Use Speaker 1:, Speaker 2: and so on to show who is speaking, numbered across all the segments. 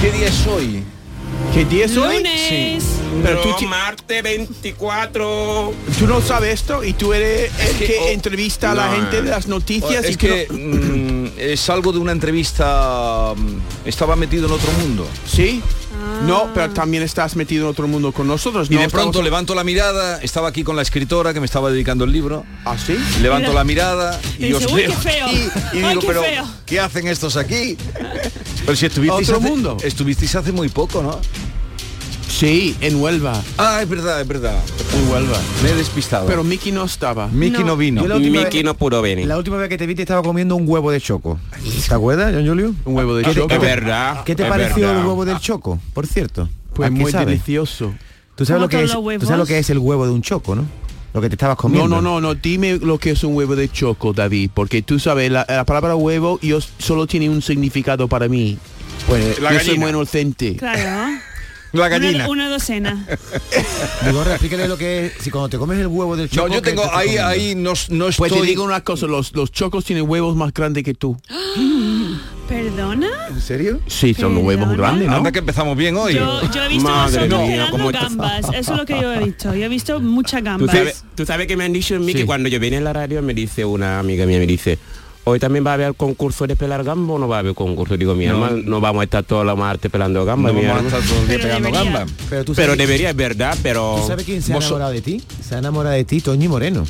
Speaker 1: ¿Qué día es hoy? ¿Qué día es hoy?
Speaker 2: Lunes.
Speaker 1: Pero tú, ti-
Speaker 3: Marte 24.
Speaker 1: tú no sabes esto y tú eres el que, entrevista a la
Speaker 4: No, Oh,
Speaker 1: gente de las noticias
Speaker 4: Es
Speaker 1: y tú
Speaker 4: que
Speaker 1: no-
Speaker 4: mm, es algo de una entrevista. mm, Estaba metido en otro mundo.
Speaker 1: ¿Sí?
Speaker 5: Ah.
Speaker 1: No, pero también estás metido en otro mundo con nosotros.
Speaker 4: Y
Speaker 1: no
Speaker 4: de pronto
Speaker 1: estamos-
Speaker 4: levanto la mirada, estaba aquí con la escritora que me estaba dedicando el libro.
Speaker 1: ¿Ah, sí?
Speaker 4: Levanto la mirada y,
Speaker 2: Y dice,
Speaker 4: os
Speaker 2: "Uy,
Speaker 4: veo
Speaker 2: qué feo.
Speaker 4: aquí", y
Speaker 2: Ay,
Speaker 4: digo,
Speaker 2: qué
Speaker 4: pero
Speaker 2: feo".
Speaker 4: ¿qué hacen estos aquí? Pero si estuvisteis
Speaker 1: Otro
Speaker 4: hace-
Speaker 1: mundo.
Speaker 4: Estuvisteis hace muy poco, ¿no?
Speaker 1: Sí, en Huelva.
Speaker 4: Ah, es verdad, es verdad.
Speaker 1: En Huelva.
Speaker 4: Me he despistado.
Speaker 1: Pero Miki no estaba.
Speaker 4: Miki no, vino.
Speaker 5: Yo la última
Speaker 3: Miki
Speaker 5: vez-
Speaker 3: no pudo venir.
Speaker 5: La última vez que te vi te estaba comiendo un huevo de choco. ¿Te acuerdas, John Julio?
Speaker 1: Un huevo de
Speaker 5: ¿Qué te-
Speaker 1: choco.
Speaker 3: Es verdad.
Speaker 5: ¿Qué te
Speaker 3: es
Speaker 5: pareció
Speaker 3: verdad.
Speaker 5: el huevo del choco, por cierto? ¿A
Speaker 1: Pues
Speaker 5: qué
Speaker 1: muy
Speaker 5: sabe?
Speaker 1: delicioso.
Speaker 5: ¿Tú sabes,
Speaker 2: Como
Speaker 5: lo que
Speaker 2: todos
Speaker 5: es,
Speaker 2: los
Speaker 5: tú
Speaker 2: huevos.
Speaker 5: sabes lo que es el huevo de un choco, ¿no? Lo que te estabas
Speaker 1: No,
Speaker 5: comiendo.
Speaker 1: no, no, no, dime lo que es un huevo de choco, David, porque tú sabes, la, la palabra huevo yo s- solo tiene un significado para mí.
Speaker 5: Pues,
Speaker 1: yo soy muy inocente.
Speaker 2: Claro.
Speaker 4: la
Speaker 2: Una-
Speaker 4: gallina.
Speaker 2: Una, docena.
Speaker 5: Vigorra, explícale lo que es. Si cuando te comes el huevo del choco.
Speaker 4: No, yo
Speaker 5: ¿qué
Speaker 4: tengo
Speaker 5: te estás
Speaker 4: ahí,
Speaker 5: comiendo?
Speaker 4: ahí no, no estoy.
Speaker 1: Pues te digo una cosa, los, los chocos tienen huevos más grandes que tú.
Speaker 2: ¿Perdona?
Speaker 5: ¿En serio?
Speaker 1: Sí, son los huevos
Speaker 2: Perdona.
Speaker 1: grandes, ¿no?
Speaker 4: Anda que empezamos bien hoy.
Speaker 2: Yo, yo he visto
Speaker 3: Madre
Speaker 2: vosotros
Speaker 3: mía,
Speaker 2: tirando
Speaker 3: cómo estás.
Speaker 2: gambas. Eso es lo que yo he visto. Yo he visto muchas
Speaker 3: ¿Tú
Speaker 2: gambas.
Speaker 3: sabes, tú sabes que me han dicho en mí que cuando yo venía a la radio me dice una amiga mía, me dice, hoy también va a haber concurso de pelar gamba o no va a haber concurso. Digo, mi hermano, no vamos a estar toda la martes pelando gamba.
Speaker 4: No
Speaker 3: mi
Speaker 4: vamos a
Speaker 3: alma".
Speaker 4: estar todo el día
Speaker 2: Pero
Speaker 4: pegando
Speaker 2: debería.
Speaker 4: gamba.
Speaker 5: Pero tú sabes,
Speaker 3: Pero debería, es verdad, pero...
Speaker 5: ¿tú sabes quién se ha
Speaker 4: vos-
Speaker 5: enamorado de ti? Se ha enamorado de ti Toñi Moreno.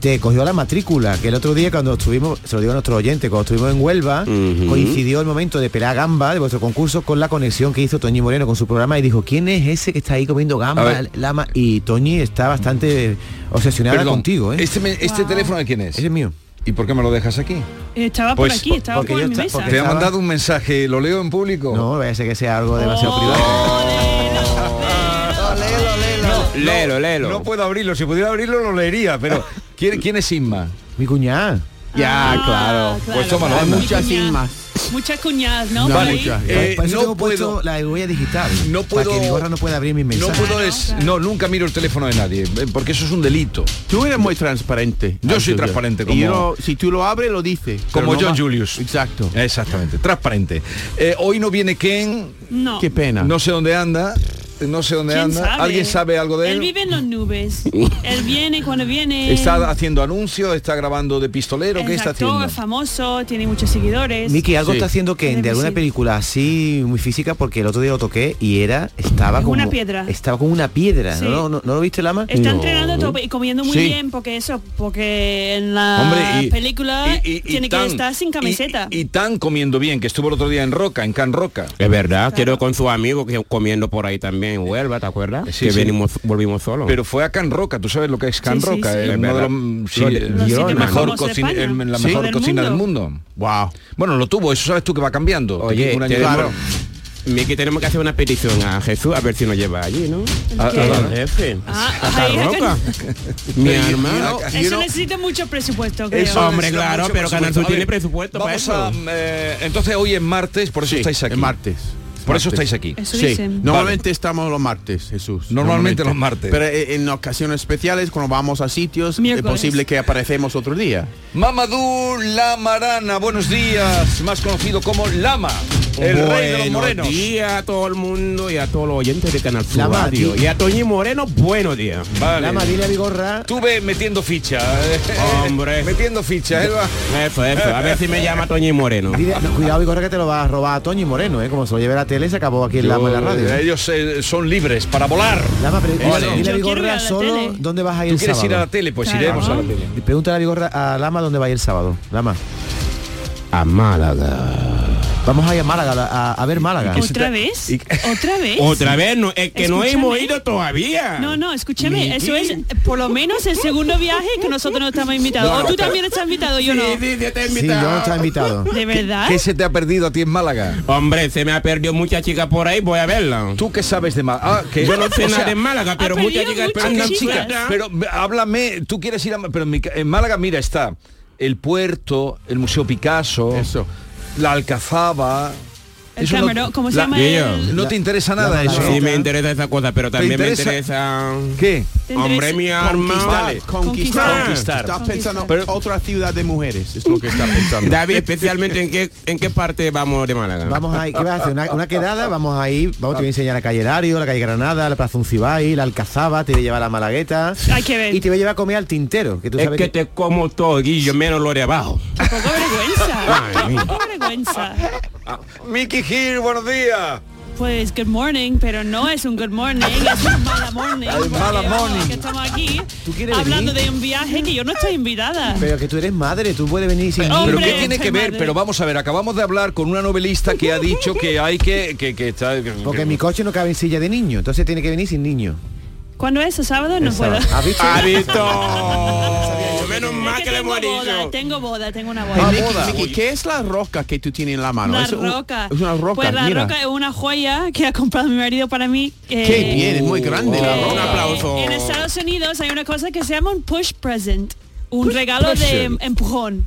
Speaker 5: Te cogió la matrícula, que el otro día cuando estuvimos, se lo digo a nuestro oyente, cuando estuvimos en Huelva,
Speaker 3: Ujú.
Speaker 5: coincidió el momento de pelar gamba de vuestro concurso con la conexión que hizo Toñi Moreno con su programa y dijo, ¿quién es ese que está ahí comiendo
Speaker 4: A
Speaker 5: gamba?
Speaker 4: ver.
Speaker 5: Lama? Y Toñi está bastante obsesionada
Speaker 4: Perdón,
Speaker 5: contigo, ¿eh?
Speaker 4: Este, me- este
Speaker 2: Wow.
Speaker 4: teléfono de quién es?
Speaker 5: Ese es mío.
Speaker 4: ¿Y por qué me lo dejas aquí?
Speaker 2: Estaba
Speaker 4: Pues,
Speaker 2: Ah, por aquí, estaba
Speaker 5: porque
Speaker 2: por
Speaker 5: yo
Speaker 2: mi
Speaker 5: esta-
Speaker 2: mesa.
Speaker 5: porque
Speaker 4: Te ha
Speaker 5: Estaba-
Speaker 4: mandado un mensaje, ¿lo leo en público? Oh,
Speaker 5: No, vaya a ser que sea algo demasiado privado.
Speaker 2: privado.
Speaker 4: léelo, léelo.
Speaker 3: Léelo, léelo.
Speaker 4: No puedo abrirlo, si pudiera abrirlo lo leería, pero ¿quién, quién es Inma?
Speaker 5: Mi cuñada.
Speaker 2: Ah,
Speaker 4: Ya, claro. Pues tómalo,
Speaker 1: Hay
Speaker 4: anda.
Speaker 1: muchas inmas.
Speaker 2: Muchas cuñadas, ¿no?
Speaker 1: No,
Speaker 2: Por ahí.
Speaker 1: muchas.
Speaker 4: Eh,
Speaker 5: Por eso
Speaker 4: no
Speaker 5: tengo puesto
Speaker 4: puedo-
Speaker 5: la huella digital.
Speaker 4: No
Speaker 5: Para
Speaker 4: puedo-
Speaker 5: que mi gorra no pueda abrir mis
Speaker 4: No
Speaker 5: mensajes.
Speaker 4: puedo es, no, nunca miro el teléfono de nadie, eh, porque eso es un delito.
Speaker 1: Tú eres muy transparente.
Speaker 4: Yo soy
Speaker 1: Antonio.
Speaker 4: transparente,
Speaker 1: Y
Speaker 4: como-
Speaker 1: yo no- si tú lo abres, lo dices.
Speaker 4: Como
Speaker 1: Pero no
Speaker 4: John
Speaker 1: más.
Speaker 4: Julius.
Speaker 1: Exacto.
Speaker 4: Exactamente, transparente. Eh, hoy no viene Ken,
Speaker 2: No.
Speaker 1: Qué pena.
Speaker 4: no sé dónde anda, no sé dónde
Speaker 2: ¿Quién
Speaker 4: anda. ¿Alguien sabe algo de él?
Speaker 2: Él vive en las nubes. él viene cuando viene.
Speaker 4: Está haciendo anuncios, está grabando de pistolero,
Speaker 2: es
Speaker 4: ¿qué está
Speaker 2: actor,
Speaker 4: haciendo?
Speaker 2: es famoso, tiene muchos seguidores.
Speaker 5: Miki, algo
Speaker 1: Sí.
Speaker 5: está haciendo que
Speaker 2: Es
Speaker 5: de alguna
Speaker 2: invisible.
Speaker 5: película así muy física, porque el otro día lo toqué y era estaba
Speaker 2: Es
Speaker 5: como
Speaker 2: una piedra.
Speaker 5: Estaba como una piedra.
Speaker 2: Sí.
Speaker 5: ¿No, no, no lo viste Lama?
Speaker 2: Está
Speaker 5: No.
Speaker 2: entrenando todo y comiendo muy
Speaker 1: Sí.
Speaker 2: bien porque eso, porque en la
Speaker 4: Hombre, y-
Speaker 2: película
Speaker 4: y- y- y
Speaker 2: tiene
Speaker 4: tan-
Speaker 2: que estar sin camiseta.
Speaker 4: Y, y tan comiendo bien, que estuvo el otro día en Roca, en Can Roca.
Speaker 3: Es verdad, quedó con su amigo que comiendo por ahí también en Huelva, ¿te acuerdas?
Speaker 4: Eh, Sí,
Speaker 3: que
Speaker 4: sí.
Speaker 3: venimos, volvimos solos.
Speaker 4: Pero fue a Can Roca, tú sabes lo que es Can
Speaker 2: Sí, sí,
Speaker 4: Roca,
Speaker 2: sí.
Speaker 4: eh,
Speaker 3: Es
Speaker 4: uno de
Speaker 3: verdad.
Speaker 4: los- sí,
Speaker 3: Los-
Speaker 4: eh,
Speaker 2: los sitios
Speaker 4: la
Speaker 2: más
Speaker 4: mejor
Speaker 2: famosos de
Speaker 4: cocina,
Speaker 2: España.
Speaker 4: el- la
Speaker 2: Sí.
Speaker 4: mejor
Speaker 2: Del
Speaker 4: cocina del
Speaker 2: mundo.
Speaker 4: mundo.
Speaker 1: Wow.
Speaker 4: Bueno, lo tuvo, eso sabes tú que va cambiando.
Speaker 3: Oye,
Speaker 4: Un año-
Speaker 3: tenemos,
Speaker 4: Claro.
Speaker 3: Miki, tenemos que hacer una petición a Jesús a ver si nos lleva allí, ¿no?
Speaker 4: Ah,
Speaker 2: ¿Qué?
Speaker 4: ah, ah.
Speaker 3: jefe.
Speaker 2: Ah, ahí es que-
Speaker 3: Mi
Speaker 4: Pero, y-
Speaker 3: hermano.
Speaker 4: y-
Speaker 2: eso
Speaker 4: no-
Speaker 2: necesita mucho presupuesto, creo.
Speaker 4: Eso
Speaker 3: Hombre,
Speaker 4: necesita
Speaker 3: claro,
Speaker 4: mucho
Speaker 3: pero Canal Sur
Speaker 4: A ver,
Speaker 3: tiene presupuesto para
Speaker 4: vamos
Speaker 3: eso.
Speaker 4: a, eh, entonces hoy es martes, por eso
Speaker 1: Sí,
Speaker 4: estáis aquí.
Speaker 1: Es martes.
Speaker 4: Por eso
Speaker 1: Martes.
Speaker 4: estáis aquí.
Speaker 2: Eso
Speaker 1: Sí,
Speaker 2: dicen.
Speaker 1: normalmente estamos los martes, Jesús.
Speaker 4: Normalmente los martes.
Speaker 1: Pero eh, en ocasiones especiales, cuando vamos a sitios, es
Speaker 2: Miércoles.
Speaker 1: posible que aparecemos otro día.
Speaker 4: Mamadou La Marana, buenos días, más conocido como Lama, el rey de los morenos.
Speaker 3: Buenos días a todo el mundo y a todos los oyentes de Canal Sur
Speaker 5: Lama,
Speaker 3: Radio.
Speaker 5: di-
Speaker 3: Y a Toñi Moreno, buenos días.
Speaker 4: Vale.
Speaker 5: Lama, dile a Ah. mi gorra.
Speaker 4: Estuve metiendo ficha. eh,
Speaker 3: Hombre.
Speaker 4: metiendo ficha, Eva.
Speaker 3: Eso, eso. A ver si me llama Toñi Moreno.
Speaker 5: dile- no, cuidado, Vigorra, que te lo va a robar a Toñi Moreno, ¿eh? Como se lo lleve la tele, se acabó aquí el Lama en la radio.
Speaker 4: Ellos eh, son libres para volar.
Speaker 5: Lama, pero dile-
Speaker 4: Vale.
Speaker 5: dile
Speaker 2: Yo
Speaker 5: a mi
Speaker 2: quiero ir a
Speaker 5: gorra
Speaker 2: la
Speaker 5: solo
Speaker 2: tele.
Speaker 5: dónde vas a ir
Speaker 4: ¿Tú
Speaker 5: el
Speaker 4: quieres
Speaker 5: sábado.
Speaker 4: ir a la tele? Pues
Speaker 2: Claro.
Speaker 4: iremos a la tele.
Speaker 5: Pregúntale a mi gorra a Lama dónde va a ir el sábado. Lama.
Speaker 3: A Málaga.
Speaker 5: Vamos a ir a Málaga, a, a ver Málaga.
Speaker 2: ¿Otra vez?
Speaker 4: y-
Speaker 2: ¿Otra vez?
Speaker 3: Otra vez, no, es que no
Speaker 2: Escúchame.
Speaker 3: hemos ido todavía.
Speaker 2: No, no, escúchame,
Speaker 3: Miki.
Speaker 2: eso es eh, por lo menos el segundo viaje que nosotros no estamos invitados.
Speaker 4: No, no,
Speaker 2: o tú
Speaker 4: pero-
Speaker 2: también estás invitado, yo
Speaker 3: Sí,
Speaker 2: no.
Speaker 3: sí, sí, te he
Speaker 5: Sí, yo no
Speaker 3: invitado.
Speaker 5: estaba invitado.
Speaker 2: ¿De verdad?
Speaker 4: ¿Qué se te ha perdido a ti en Málaga?
Speaker 3: Hombre, se me ha perdido mucha chica por ahí, voy a verla.
Speaker 4: ¿Tú qué sabes de Málaga? Ah, que
Speaker 3: Yo no sé
Speaker 4: o sea,
Speaker 3: nada de Málaga, pero muchas
Speaker 2: perdido
Speaker 3: chicas
Speaker 2: muchas
Speaker 3: andan por
Speaker 2: chicas.
Speaker 3: allá.
Speaker 4: Pero m- háblame, tú quieres ir a... Ma- Pero en, mi ca- en Málaga, mira, está el puerto, el Museo Picasso,
Speaker 1: Eso.
Speaker 4: la Alcazaba...
Speaker 2: El
Speaker 4: Eso no-
Speaker 2: camarón, ¿cómo se
Speaker 4: la-
Speaker 2: llama?
Speaker 3: Yeah.
Speaker 2: el-
Speaker 4: No te interesa nada
Speaker 5: la
Speaker 4: eso.
Speaker 3: Sí, me interesa esa cosa, pero también
Speaker 4: interesa?
Speaker 3: me interesa...
Speaker 4: ¿Qué?
Speaker 2: tendréis-
Speaker 3: Hombre, mi alma.
Speaker 1: Conquistar,
Speaker 4: Vale.
Speaker 1: conquistar.
Speaker 4: Conquistar.
Speaker 1: Está pensando en otra ciudad de mujeres, es lo que está pensando.
Speaker 3: David, especialmente, ¿en qué, ¿en qué parte vamos de Málaga?
Speaker 5: Vamos a ir, ¿qué vas a hacer? Una, una quedada, vamos a ir, vamos, te voy a enseñar la calle Dario, la calle Granada, la Plaza Uncibay, la Alcazaba, te voy a llevar a la Malagueta.
Speaker 2: Hay que ver.
Speaker 5: Y te voy a llevar a comer al tintero, que tú
Speaker 4: Eh.
Speaker 3: Es
Speaker 5: sabes
Speaker 3: que te como todo, Guillo, menos lo de abajo.
Speaker 2: Un poco vergüenza.
Speaker 3: Ay,
Speaker 2: un poco vergüenza.
Speaker 4: Mickey Gil, buenos días.
Speaker 2: Pues good morning, pero no es un good morning, es un mala morning.
Speaker 4: Ay,
Speaker 2: porque,
Speaker 4: mala
Speaker 2: vamos,
Speaker 4: morning.
Speaker 2: que estamos aquí
Speaker 5: ¿Tú quieres
Speaker 2: hablando
Speaker 5: venir?
Speaker 2: de un viaje que yo no estoy invitada.
Speaker 5: Pero que tú eres madre, tú puedes venir sin
Speaker 2: Hombre,
Speaker 4: Pero qué tiene
Speaker 2: soy
Speaker 4: que ver,
Speaker 2: madre.
Speaker 4: pero vamos a ver, acabamos de hablar con una novelista que ha dicho que hay que que, que está que-
Speaker 5: Porque en mi coche no cabe en silla de niño, entonces tiene que venir sin niño.
Speaker 2: ¿Cuándo es? ¿El sábado? No puedo.
Speaker 5: ¿Sabes? ¿Has visto?
Speaker 3: ¡Ha visto! Menos
Speaker 2: Es
Speaker 3: mal
Speaker 2: que
Speaker 3: que le
Speaker 2: tengo
Speaker 3: hemos
Speaker 2: boda,
Speaker 3: dicho.
Speaker 2: tengo boda, tengo una
Speaker 1: Hey,
Speaker 2: boda.
Speaker 1: Miki,
Speaker 4: boda.
Speaker 1: Miki, ¿qué es la roca que tú tienes en la mano?
Speaker 2: La
Speaker 1: Es un-
Speaker 2: roca.
Speaker 1: Es una roca,
Speaker 2: Pues la
Speaker 1: mira.
Speaker 2: roca es una joya que ha comprado mi marido para mí. eh,
Speaker 1: Qué bien, es muy grande la
Speaker 2: que
Speaker 3: Un
Speaker 1: roca.
Speaker 3: aplauso.
Speaker 2: En Estados Unidos hay una cosa que se llama un push present, un regalo
Speaker 4: present.
Speaker 2: de em, empujón.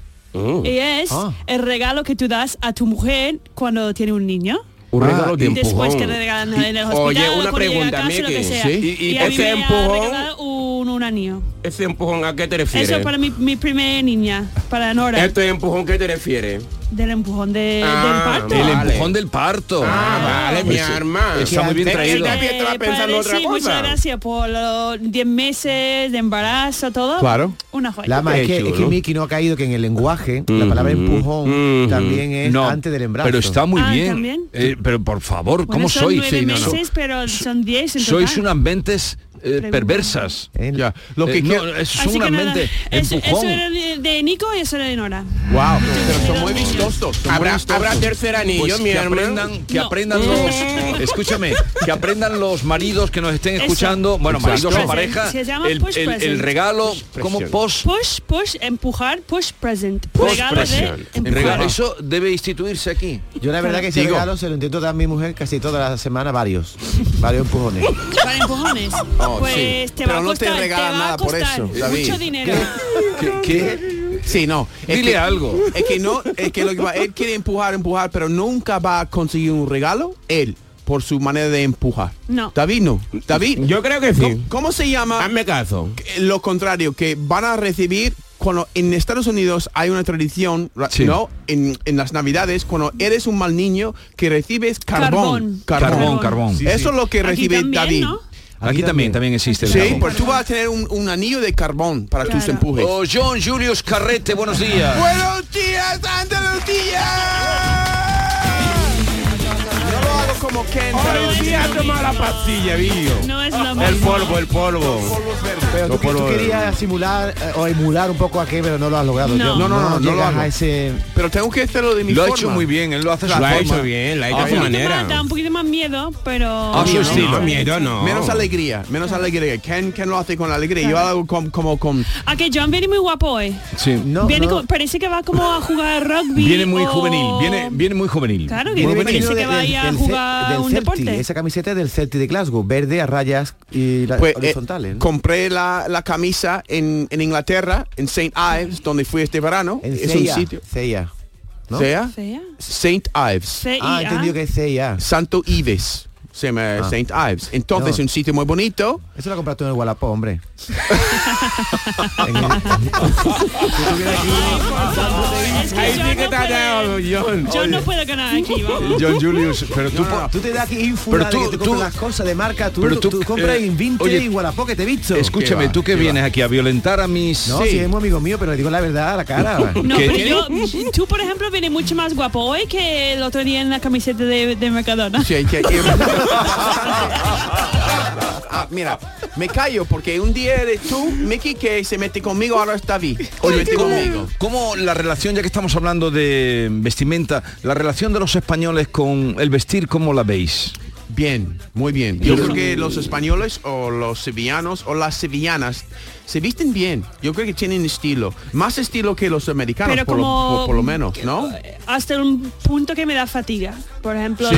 Speaker 2: Y es
Speaker 5: Ah.
Speaker 2: el regalo que tú das a tu mujer cuando tiene un niño.
Speaker 3: Un
Speaker 5: Ah,
Speaker 3: regalo de
Speaker 2: Y después
Speaker 3: empujón.
Speaker 2: que le regalan en el hospital.
Speaker 3: Oye,
Speaker 2: o
Speaker 3: una
Speaker 2: cuando llega
Speaker 3: pregunta,
Speaker 2: a casa, lo que
Speaker 3: Miki.
Speaker 2: sea.
Speaker 1: Sí.
Speaker 2: Y,
Speaker 3: Y- y
Speaker 2: a mí
Speaker 3: ese
Speaker 2: me ha
Speaker 3: empujón-
Speaker 2: regalado un, un anillo.
Speaker 3: ¿Ese empujón a qué te refieres?
Speaker 2: Eso para mi, mi primera niña, para Nora,
Speaker 3: ¿Este empujón qué te refieres?
Speaker 2: del empujón de,
Speaker 3: Ah,
Speaker 2: del parto.
Speaker 4: el
Speaker 3: Vale.
Speaker 4: empujón del parto.
Speaker 3: Ah, vale, mi
Speaker 4: Ese-
Speaker 3: arma.
Speaker 4: Está muy bien
Speaker 3: Es que
Speaker 4: traído.
Speaker 3: David estaba
Speaker 2: Eh,
Speaker 3: pensando
Speaker 2: padre,
Speaker 3: otra
Speaker 2: sí,
Speaker 3: cosa.
Speaker 2: Muchas gracias por los 10 meses de embarazo, todo.
Speaker 1: Claro.
Speaker 2: Oh, Una joya.
Speaker 5: La ma- es que,
Speaker 3: chulo.
Speaker 5: es que Miki no ha caído que en el lenguaje la palabra empujón
Speaker 3: Mm.
Speaker 5: también es
Speaker 4: No,
Speaker 5: antes del embarazo.
Speaker 4: pero está muy
Speaker 2: Ah,
Speaker 4: bien.
Speaker 2: ¿también?
Speaker 4: Eh, pero por favor,
Speaker 2: Bueno,
Speaker 4: ¿cómo
Speaker 2: son
Speaker 4: sois?
Speaker 2: nueve
Speaker 4: Sí, no, no.
Speaker 2: meses, pero son 10 en
Speaker 4: Sois
Speaker 2: total.
Speaker 4: unas mentes eh, perversas.
Speaker 5: ¿Eh?
Speaker 1: Ya, Lo que
Speaker 4: Eh,
Speaker 1: quiero-
Speaker 4: no, es-
Speaker 2: Así
Speaker 4: son
Speaker 2: que
Speaker 4: unas
Speaker 2: nada,
Speaker 4: mentes
Speaker 2: eso, eso
Speaker 4: empujón.
Speaker 2: era de, de Nico y eso era de Nora.
Speaker 1: Wow, pero son muy vistosos. son muy
Speaker 3: ¿Habrá,
Speaker 1: vistosos.
Speaker 3: habrá tercer anillo,
Speaker 4: Pues
Speaker 3: mi
Speaker 4: que
Speaker 3: hermano?
Speaker 4: aprendan, que
Speaker 2: No.
Speaker 4: aprendan los, escúchame, que aprendan los maridos que nos estén escuchando, bueno,
Speaker 2: Push
Speaker 4: maridos o
Speaker 2: present.
Speaker 4: pareja,
Speaker 2: Pues, eh, Se llama pues
Speaker 4: el,
Speaker 2: push
Speaker 4: el- el
Speaker 2: present.
Speaker 4: regalo
Speaker 3: Pues
Speaker 4: como post,
Speaker 2: Push, push, empujar, push present.
Speaker 3: Pues
Speaker 4: Push
Speaker 2: regalo
Speaker 3: present.
Speaker 2: de empujar.
Speaker 4: regalo, eso debe instituirse aquí.
Speaker 5: Yo la verdad que ese
Speaker 4: Digo.
Speaker 5: regalo se lo intento dar a mi mujer casi toda la semana varios, varios empujones.
Speaker 2: Para empujones.
Speaker 4: Oh,
Speaker 2: pues te va
Speaker 1: Pero
Speaker 2: a
Speaker 1: no te
Speaker 2: costar,
Speaker 1: regalan
Speaker 2: va
Speaker 1: nada
Speaker 2: a
Speaker 1: por
Speaker 2: costar
Speaker 1: eso, David.
Speaker 2: mucho dinero.
Speaker 4: ¿Qué- qué?
Speaker 1: Sí, no. es
Speaker 4: Dile
Speaker 1: que-
Speaker 4: algo.
Speaker 1: Es que no, es que lo que va- él quiere empujar, empujar, pero nunca va a conseguir un regalo, él, por su manera de empujar.
Speaker 2: No.
Speaker 1: David no. David,
Speaker 3: Yo creo que
Speaker 1: ¿cómo,
Speaker 3: sí.
Speaker 1: cómo se llama
Speaker 3: Hazme caso.
Speaker 1: eh, lo contrario? Que van a recibir cuando en Estados Unidos hay una tradición, ra-
Speaker 4: Sí.
Speaker 1: ¿no? En, en las navidades, cuando eres un mal niño, que recibes carbón.
Speaker 2: Carbón.
Speaker 4: Carbón,
Speaker 2: Carbón.
Speaker 4: carbón.
Speaker 1: Eso es lo que
Speaker 2: Aquí
Speaker 1: recibe
Speaker 2: también,
Speaker 1: David.
Speaker 2: ¿no?
Speaker 4: Aquí también, también existe el
Speaker 1: Sí,
Speaker 4: carbón.
Speaker 1: pero tú vas a tener un, un anillo de carbón para tus
Speaker 2: Claro.
Speaker 1: empujes.
Speaker 4: O Oh, John Julius Carrete, buenos días.
Speaker 1: ¡Buenos días, Andalucía! No lo hago como Ken, pero
Speaker 3: Hoy día toma la pastilla, Guillo.
Speaker 2: No es lo mismo.
Speaker 3: El polvo, el polvo.
Speaker 5: Pero tú,
Speaker 3: No puedo
Speaker 5: tú
Speaker 3: ver.
Speaker 5: querías simular eh, o emular un poco a qué, pero no lo has logrado.
Speaker 2: No.
Speaker 5: Yo-
Speaker 1: No, no, no, no lo
Speaker 5: llegas
Speaker 1: hago.
Speaker 5: a ese...
Speaker 1: Pero tengo que hacerlo de mi
Speaker 4: Lo ha
Speaker 1: forma.
Speaker 4: hecho muy bien, él lo hace a su
Speaker 3: Lo ha hecho
Speaker 4: forma.
Speaker 3: bien, lo ha hecho a
Speaker 4: Ahora,
Speaker 3: su
Speaker 2: Un poquito más- Da
Speaker 3: manera.
Speaker 2: un poquito más miedo, pero...
Speaker 4: A Ah, su
Speaker 3: No,
Speaker 4: estilo.
Speaker 3: no, miedo no.
Speaker 1: Menos alegría, menos alegría. Ken, Ken lo hace con alegría. Yo lo hago con- como con...
Speaker 2: A que John viene muy guapo hoy.
Speaker 4: Sí.
Speaker 5: No,
Speaker 2: Viene
Speaker 5: no.
Speaker 2: como- parece que va como a jugar rugby.
Speaker 4: Viene muy
Speaker 2: o-
Speaker 4: juvenil,
Speaker 1: Eh,
Speaker 4: viene, viene muy juvenil.
Speaker 2: Claro, que
Speaker 5: Viene
Speaker 2: parece
Speaker 5: vestido
Speaker 2: que
Speaker 5: de-
Speaker 2: vaya a
Speaker 5: del
Speaker 2: jugar
Speaker 5: Ce- del
Speaker 2: un
Speaker 5: Celtic,
Speaker 2: deporte.
Speaker 5: Esa camiseta es del Celtic de Glasgow, verde a rayas y la-
Speaker 1: Pues, eh,
Speaker 5: horizontales. ¿no?
Speaker 1: compré la, la camisa en, en Inglaterra, en St. Ives, donde fui este verano.
Speaker 5: En
Speaker 1: es
Speaker 5: CIA,
Speaker 1: un sitio.
Speaker 5: CIA, ¿no?
Speaker 1: ¿Sea?
Speaker 2: Fea.
Speaker 1: St. Ives.
Speaker 2: C-I-A.
Speaker 5: Ah, he entendido que es CIA.
Speaker 1: Santo Ives. Se llama
Speaker 5: Ah.
Speaker 1: St. Ives. Entonces,
Speaker 5: No.
Speaker 1: un sitio muy bonito.
Speaker 5: Eso lo compraste en el Wallapop, hombre. En el-
Speaker 2: Es que
Speaker 3: Ahí sí
Speaker 2: yo
Speaker 3: que
Speaker 2: no
Speaker 3: te ha dado,
Speaker 2: puedo-
Speaker 3: John.
Speaker 2: yo no puedo ganar aquí, vamos.
Speaker 4: John Julius, pero tú, po-
Speaker 5: Tú te das aquí
Speaker 4: Pero
Speaker 5: infunda de
Speaker 4: tú-
Speaker 5: que te compras
Speaker 4: tú-
Speaker 5: las cosas de marca, tú,
Speaker 4: pero tú,
Speaker 5: tú, compras
Speaker 4: eh,
Speaker 5: en Vinted
Speaker 4: oye,
Speaker 5: y Wallapop, que te he visto.
Speaker 4: Escúchame,
Speaker 3: va,
Speaker 4: tú que
Speaker 3: qué
Speaker 4: vienes aquí a violentar a mis...
Speaker 5: No,
Speaker 4: Sí.
Speaker 5: si es muy amigo mío, pero le digo la verdad a la cara.
Speaker 2: No,
Speaker 4: ¿Qué?
Speaker 2: pero yo, tú por ejemplo vienes mucho más guapo hoy que el otro día en la camiseta de, de Mercadona.
Speaker 1: Sí, hay que- Ah, mira, me callo porque un día eres tú, Mickey, que se mete conmigo, ahora está David. O se mete conmigo.
Speaker 4: ¿Cómo la relación, ya que estamos hablando de vestimenta, la relación de los españoles con el vestir, cómo la veis?
Speaker 1: Bien, muy bien. Yo creo que los españoles o los sevillanos o las sevillanas se visten bien. Yo creo que tienen estilo. Más estilo que los americanos,
Speaker 2: Pero
Speaker 1: por,
Speaker 2: como- eh,
Speaker 1: lo, por- por lo menos, ¿no?
Speaker 2: Hasta un punto que me da fatiga. Por ejemplo,
Speaker 1: Sí.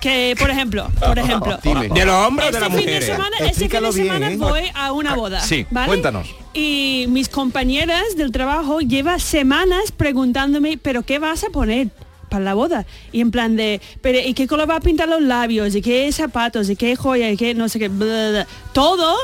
Speaker 2: que por ejemplo, por ejemplo,
Speaker 1: Dime.
Speaker 3: ¿De los hombres o de
Speaker 2: Este
Speaker 3: las
Speaker 2: fin de
Speaker 3: mujeres?
Speaker 2: semana, este fin
Speaker 5: Explícalo
Speaker 2: de
Speaker 5: bien,
Speaker 2: semana
Speaker 5: ¿eh?
Speaker 2: voy a una boda.
Speaker 4: Sí,
Speaker 2: ¿vale?
Speaker 4: cuéntanos.
Speaker 2: Y mis compañeras del trabajo llevan semanas preguntándome, ¿pero qué vas a poner? para la boda y en plan de pero y qué color va a pintar los labios y qué zapatos y qué joya y qué no sé qué bla, bla, bla? todo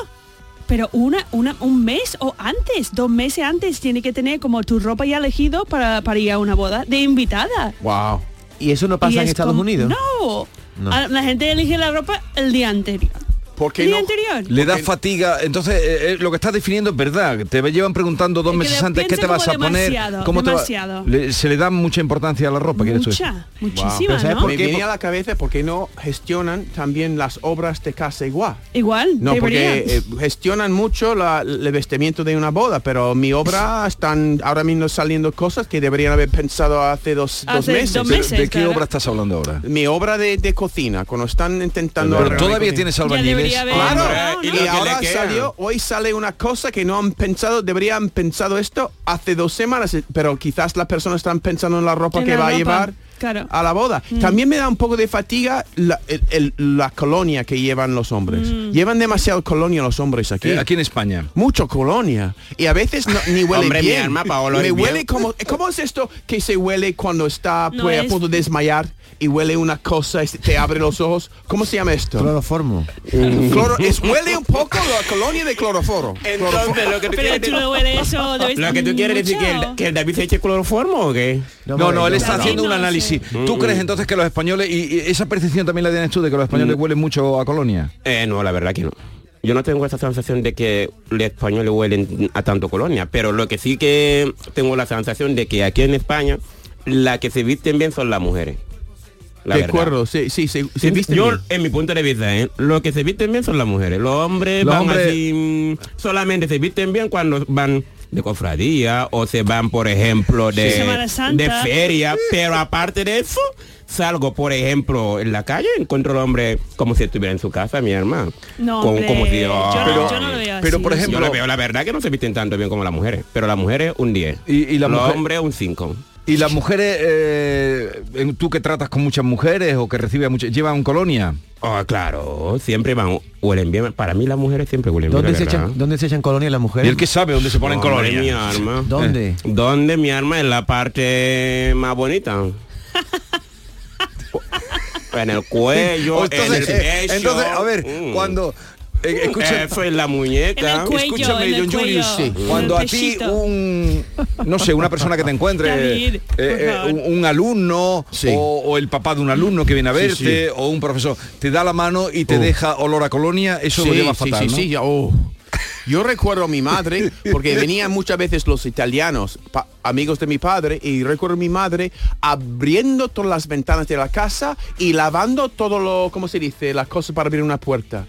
Speaker 2: pero una, una un mes o antes dos meses antes tiene que tener como tu ropa ya elegido para, para ir a una boda de invitada
Speaker 1: Wow.
Speaker 5: ¿Y eso no
Speaker 2: Y
Speaker 5: pasa en
Speaker 2: es
Speaker 5: Estados
Speaker 2: como-
Speaker 5: Unidos?
Speaker 2: no,
Speaker 5: No.
Speaker 2: A- la gente elige la ropa el día anterior
Speaker 1: ¿Por qué
Speaker 2: el día
Speaker 1: no?
Speaker 2: anterior
Speaker 4: Le da
Speaker 1: Porque-
Speaker 4: fatiga, entonces eh, eh, lo que estás definiendo es verdad, te llevan preguntando dos
Speaker 2: Es que
Speaker 4: meses
Speaker 2: lo
Speaker 4: antes qué te
Speaker 2: piensa
Speaker 4: vas a
Speaker 2: como
Speaker 4: poner,
Speaker 2: demasiado,
Speaker 4: cómo te va-
Speaker 2: demasiado.
Speaker 4: le- se le da mucha importancia a la ropa, ¿quieres tú decir?
Speaker 2: Mucha,
Speaker 5: Pero
Speaker 2: muchísima,
Speaker 5: ¿sabes
Speaker 2: ¿no?
Speaker 5: por
Speaker 1: Me
Speaker 5: qué?
Speaker 1: viene a la cabeza porque no gestionan también las obras de casa igual.
Speaker 2: Igual,
Speaker 1: No,
Speaker 2: debería.
Speaker 1: porque eh, gestionan mucho la- el vestimiento de una boda, pero mi obra están ahora mismo saliendo cosas que deberían haber pensado hace dos, dos
Speaker 2: Hace
Speaker 1: meses.
Speaker 2: dos
Speaker 4: Pero,
Speaker 2: meses,
Speaker 4: ¿De qué
Speaker 2: claro.
Speaker 4: obra estás hablando ahora?
Speaker 1: Mi obra de, de cocina, cuando están intentando...
Speaker 4: Pero
Speaker 1: arreglar
Speaker 4: todavía
Speaker 1: mi cocina.
Speaker 4: tienes
Speaker 2: Ya
Speaker 4: albañiles.
Speaker 2: debería haber-
Speaker 1: Claro,
Speaker 2: Claro,
Speaker 1: y,
Speaker 2: ¿no?
Speaker 1: ahora
Speaker 3: que le quedan.
Speaker 1: salió, hoy sale una cosa que no han pensado, deberían pensado esto hace dos semanas, eh, pero quizás las personas están pensando en la ropa
Speaker 2: En
Speaker 1: que
Speaker 2: la
Speaker 1: va a
Speaker 2: ropa,
Speaker 1: llevar
Speaker 2: claro. Mm.
Speaker 1: a la boda. También me da un poco de fatiga la, el- el- la colonia que llevan los hombres.
Speaker 2: Mm.
Speaker 1: Llevan demasiado colonia los hombres aquí.
Speaker 4: Eh, Aquí en España.
Speaker 1: Mucho colonia. Y a veces no- ni huele
Speaker 3: Hombre, mi
Speaker 1: bien.
Speaker 3: alma, Paolo,
Speaker 1: Me
Speaker 3: es bien.
Speaker 1: huele como... ¿Cómo es esto que se huele cuando está
Speaker 2: No
Speaker 1: pues, a
Speaker 2: es-
Speaker 1: punto de desmayar y huele una cosa y se- te abre los ojos? ¿Cómo se llama esto?
Speaker 5: Cloroformo.
Speaker 1: Cloro- es- huele un poco la colonia de cloroforo.
Speaker 3: Entonces, lo que tú
Speaker 2: Pero
Speaker 3: quieres,
Speaker 2: tú no hueles eso, debes-
Speaker 3: lo que tú quieres decir que el,
Speaker 2: mucho.
Speaker 3: que el David se eche cloroformo o qué?
Speaker 4: No, no, él está
Speaker 2: Claro.
Speaker 4: haciendo
Speaker 2: Sí,
Speaker 4: un
Speaker 2: no, Mm.
Speaker 4: análisis. ¿Tú
Speaker 3: Mm,
Speaker 4: crees entonces que los españoles, y, y esa percepción también la tienes tú, de que los españoles huelen mucho a colonia?
Speaker 3: Eh, no, la verdad que no. Yo no tengo esa sensación de que los españoles huelen a tanto colonia, pero lo que sí que tengo la sensación de que aquí en España la que se visten bien son las mujeres. La
Speaker 1: de
Speaker 3: verdad.
Speaker 1: acuerdo, sí, sí, se, se
Speaker 3: Sí,
Speaker 1: visten
Speaker 3: yo,
Speaker 1: bien.
Speaker 3: en mi punto de vista, ¿eh? lo que se visten bien son las mujeres. Los hombres
Speaker 4: Los
Speaker 3: van
Speaker 4: hombres-
Speaker 3: así, mm, solamente se visten bien cuando van de cofradía o se van, por ejemplo, de,
Speaker 2: Sí, Semana Santa.
Speaker 3: de feria. Pero aparte de eso, salgo, por ejemplo, en la calle, encuentro al hombre como si estuviera en su casa, mi hermano.
Speaker 2: No,
Speaker 3: Como-
Speaker 2: hombre,
Speaker 3: como si-
Speaker 2: yo,
Speaker 3: ah.
Speaker 2: no,
Speaker 3: Pero-
Speaker 2: yo no lo veo
Speaker 4: pero,
Speaker 2: así.
Speaker 4: por ejemplo-
Speaker 3: yo lo veo, la verdad que no se visten tanto bien como las mujeres, pero las mujeres un 10.
Speaker 4: Y- y la
Speaker 3: los
Speaker 4: mujer-
Speaker 3: hombres un 5.
Speaker 4: ¿Y las mujeres, eh, en- tú que tratas con muchas mujeres o que recibes muchas, llevan colonia?
Speaker 3: Ah, claro, siempre van, huelen bien. Para mí las mujeres siempre huelen
Speaker 5: ¿Dónde
Speaker 3: bien. la
Speaker 5: se,
Speaker 3: verdad.
Speaker 5: echan, ¿Dónde se echan colonia las
Speaker 4: ¿Y
Speaker 5: mujeres?
Speaker 4: el que sabe dónde se ponen Eh.
Speaker 3: Hombre,
Speaker 4: colonia?
Speaker 3: mi arma. Eh,
Speaker 5: ¿Dónde?
Speaker 3: ¿Dónde mi arma es la parte más bonita? en el cuello,
Speaker 4: O
Speaker 3: en el
Speaker 4: entonces, eh,
Speaker 3: pecho.
Speaker 4: entonces, a ver,
Speaker 3: Mm.
Speaker 4: cuando... eh, escucha,
Speaker 3: Eso es la
Speaker 2: en el
Speaker 3: muñeca.
Speaker 2: cuello, en el
Speaker 4: John
Speaker 2: cuello,
Speaker 4: Julius,
Speaker 2: en el
Speaker 4: cuando a ti
Speaker 2: pechito.
Speaker 4: un no sé una persona que te encuentre
Speaker 2: David,
Speaker 4: eh,
Speaker 2: por
Speaker 4: eh,
Speaker 2: favor.
Speaker 4: un, un alumno
Speaker 1: Sí.
Speaker 4: o, o el papá de un alumno que viene a verte
Speaker 1: Sí, sí.
Speaker 4: o un profesor te da la mano y te
Speaker 1: Oh.
Speaker 4: deja olor a colonia eso lo
Speaker 1: Sí,
Speaker 4: lleva
Speaker 1: sí,
Speaker 4: fatal
Speaker 1: sí,
Speaker 4: ¿no?
Speaker 1: sí, ya, oh. Yo recuerdo a mi madre, porque venían muchas veces los italianos, pa- amigos de mi padre, y recuerdo a mi madre abriendo todas las ventanas de la casa y lavando todo lo, ¿cómo se dice? Las cosas para abrir una puerta.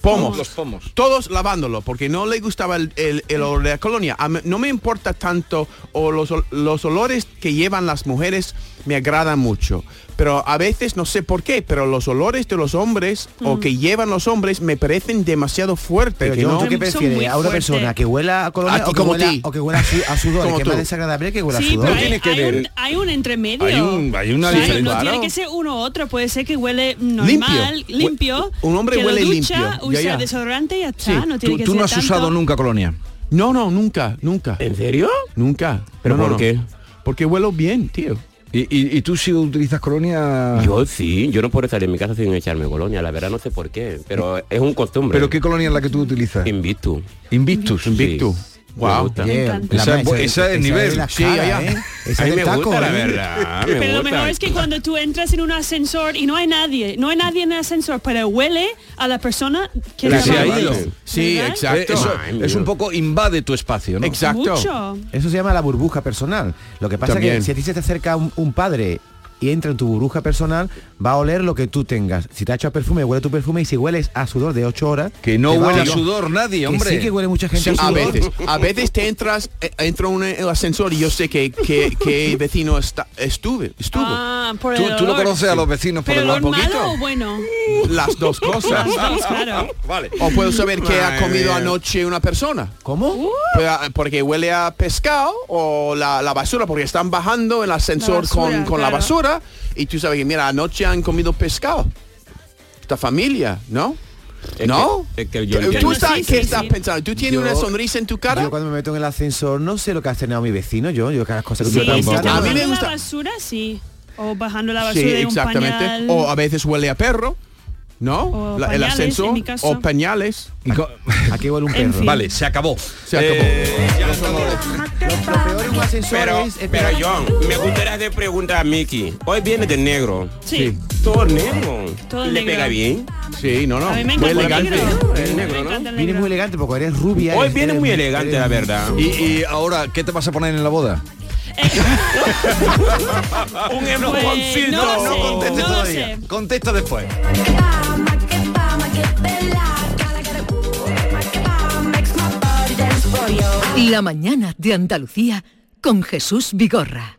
Speaker 1: Pomos.
Speaker 4: Los pomos.
Speaker 1: Todos lavándolo, porque no le gustaba el, el- el olor de la colonia. A mí- no me importa tanto, o los, ol- los olores que llevan las mujeres me agradan mucho. Pero a veces, no sé por qué, pero los olores de los hombres
Speaker 2: Mm.
Speaker 1: o que llevan los hombres me parecen demasiado fuertes.
Speaker 5: Pero
Speaker 1: que
Speaker 5: yo,
Speaker 1: no-
Speaker 5: ¿tú qué
Speaker 2: Son muy
Speaker 5: prefieres? ¿A una
Speaker 2: fuertes.
Speaker 5: persona que huela a
Speaker 1: A
Speaker 5: colonia
Speaker 1: ti
Speaker 5: o que
Speaker 1: como
Speaker 5: huela,
Speaker 1: ti.
Speaker 5: o que huela a, su- a sudor?
Speaker 1: Como
Speaker 5: Que más
Speaker 1: tú.
Speaker 5: desagradable que huela a
Speaker 2: Sí,
Speaker 5: sudor.
Speaker 2: pero
Speaker 4: No
Speaker 2: hay,
Speaker 4: tiene que
Speaker 2: hay un,
Speaker 4: ver.
Speaker 2: hay un entremedio.
Speaker 4: Hay un- hay una
Speaker 2: Claro,
Speaker 4: diferencia.
Speaker 2: No tiene
Speaker 1: Claro.
Speaker 2: que ser uno u otro, puede ser que huele normal,
Speaker 1: Limpio.
Speaker 2: limpio.
Speaker 1: Un hombre
Speaker 2: que lo
Speaker 1: huele
Speaker 2: ducha,
Speaker 1: limpio.
Speaker 2: usa
Speaker 1: Ya, ya.
Speaker 2: desodorante y ya está.
Speaker 1: Sí.
Speaker 2: No tiene
Speaker 4: tú,
Speaker 2: que
Speaker 4: tú
Speaker 2: ser
Speaker 4: no has
Speaker 2: tanto.
Speaker 4: usado nunca colonia
Speaker 1: No, no, nunca, nunca.
Speaker 3: ¿En serio?
Speaker 1: Nunca.
Speaker 3: ¿Pero
Speaker 1: No, no,
Speaker 3: por
Speaker 1: no.
Speaker 3: qué?
Speaker 1: Porque huelo bien, tío.
Speaker 4: y, y- y tú si utilizas colonia
Speaker 3: Yo sí, yo no puedo salir de mi casa sin echarme colonia, la verdad no sé por qué, pero es un costumbre.
Speaker 4: pero qué colonia es la que tú utilizas
Speaker 3: Invictus.
Speaker 4: Invictus
Speaker 3: Invictus.
Speaker 1: Wow.
Speaker 3: Me gusta.
Speaker 5: Yeah,
Speaker 2: encanta.
Speaker 5: la
Speaker 4: Esa es
Speaker 5: mesa,
Speaker 4: bu- ese es el nivel.
Speaker 5: de la
Speaker 1: Sí,
Speaker 5: cara,
Speaker 1: allá.
Speaker 5: ¿eh? Esa
Speaker 3: A mí
Speaker 5: del
Speaker 3: me
Speaker 5: taco,
Speaker 3: gusta, la
Speaker 5: ¿eh?
Speaker 3: verdad. me
Speaker 2: Pero lo
Speaker 3: gusta.
Speaker 2: mejor es que cuando tú entras en un ascensor y no hay nadie, no hay nadie en el ascensor, pero huele a la persona que
Speaker 4: La
Speaker 2: la
Speaker 4: que
Speaker 2: va a
Speaker 4: ha
Speaker 2: ver,
Speaker 4: ido.
Speaker 1: Sí,
Speaker 2: ¿verdad?
Speaker 1: exacto.
Speaker 4: Eh, eso
Speaker 3: Ay,
Speaker 4: es un
Speaker 3: Dios.
Speaker 4: poco invade tu espacio ¿no?
Speaker 1: Exacto.
Speaker 2: Mucho.
Speaker 5: Eso se llama la burbuja personal. Lo que pasa es
Speaker 1: También.
Speaker 5: que si a ti se te acerca un, un padre y entra en tu burbuja personal, va a oler lo que tú tengas. Si te ha hecho a perfume, huele tu perfume y si hueles a sudor de 8 horas...
Speaker 4: Que no
Speaker 5: te va
Speaker 4: huele a
Speaker 5: oler-
Speaker 4: sudor nadie,
Speaker 5: Que
Speaker 4: hombre.
Speaker 5: sí que huele mucha gente a
Speaker 1: a
Speaker 5: sudor.
Speaker 1: veces, a veces te entras, eh, entra un eh, ascensor y yo sé que, que, que vecino está, estuve, estuvo.
Speaker 2: Ah, por el
Speaker 4: Tú, tú lo
Speaker 2: olor.
Speaker 4: conoces a los vecinos por
Speaker 2: ¿Pero
Speaker 4: el
Speaker 2: olor
Speaker 4: poquito.
Speaker 2: malo o bueno?
Speaker 1: Las dos cosas.
Speaker 2: Las dos, claro.
Speaker 4: Vale.
Speaker 1: O puedo saber qué ha
Speaker 4: Madre
Speaker 1: comido
Speaker 4: mía.
Speaker 1: anoche una persona.
Speaker 5: ¿Cómo?
Speaker 2: Uh.
Speaker 1: Pues, ah, Porque huele a pescado o la, la basura, porque están bajando el ascensor
Speaker 2: La basura,
Speaker 1: con, con la
Speaker 2: claro.
Speaker 1: basura y tú sabes que, mira, anoche han comido pescado. Esta familia, ¿no?
Speaker 3: Es
Speaker 1: ¿No?
Speaker 3: que- es que yo
Speaker 1: ¿Tú
Speaker 3: entiendo.
Speaker 1: sabes
Speaker 2: Sí,
Speaker 1: qué
Speaker 2: sí,
Speaker 1: estás
Speaker 2: sí.
Speaker 1: pensando? ¿Tú tienes
Speaker 5: Yo-
Speaker 1: una sonrisa en tu cara?
Speaker 5: Yo cuando me meto en el ascensor no sé lo que ha cenado mi vecino, yo, yo cada cosa que tú
Speaker 2: Sí,
Speaker 5: me
Speaker 2: si
Speaker 5: preguntas,
Speaker 2: está
Speaker 1: A mí me
Speaker 2: bajando
Speaker 1: gusta-
Speaker 2: la basura, sí. O bajando la
Speaker 1: Sí,
Speaker 2: basura de un
Speaker 1: exactamente.
Speaker 2: pañal.
Speaker 1: O a veces huele a perro, ¿no?
Speaker 2: O
Speaker 1: el
Speaker 2: pañales, en
Speaker 1: ascenso.
Speaker 2: mi caso.
Speaker 1: O pañales.
Speaker 4: Y co-
Speaker 5: Aquí huele un
Speaker 2: En
Speaker 5: perro.
Speaker 2: fin.
Speaker 4: Vale, se acabó.
Speaker 1: Se acabó.
Speaker 5: Lo peor en un ascensor
Speaker 3: Pero,
Speaker 5: es
Speaker 3: pero
Speaker 5: esperar-
Speaker 3: John, me gustaría hacer pregunta a Mickey. Hoy viene de negro.
Speaker 2: Sí.
Speaker 3: Todo negro.
Speaker 2: Todo
Speaker 3: ¿Le
Speaker 2: negro.
Speaker 3: pega bien?
Speaker 1: Sí, no, no.
Speaker 2: A mí me
Speaker 1: Muy
Speaker 2: encanta
Speaker 1: elegante.
Speaker 2: el negro.
Speaker 3: El negro,
Speaker 2: Me
Speaker 3: ¿no?
Speaker 2: encanta el
Speaker 5: Vienes
Speaker 2: negro.
Speaker 5: muy elegante porque eres rubia.
Speaker 3: Hoy
Speaker 5: eres-
Speaker 3: viene
Speaker 5: eres-
Speaker 3: muy elegante,
Speaker 5: eres-
Speaker 3: la verdad.
Speaker 4: Y, y ahora, ¿qué te vas a poner en la boda?
Speaker 3: Un
Speaker 2: Pues, no lo sé, no lo sé.
Speaker 4: Contesta después.
Speaker 6: La mañana de Andalucía con Jesús Vigorra.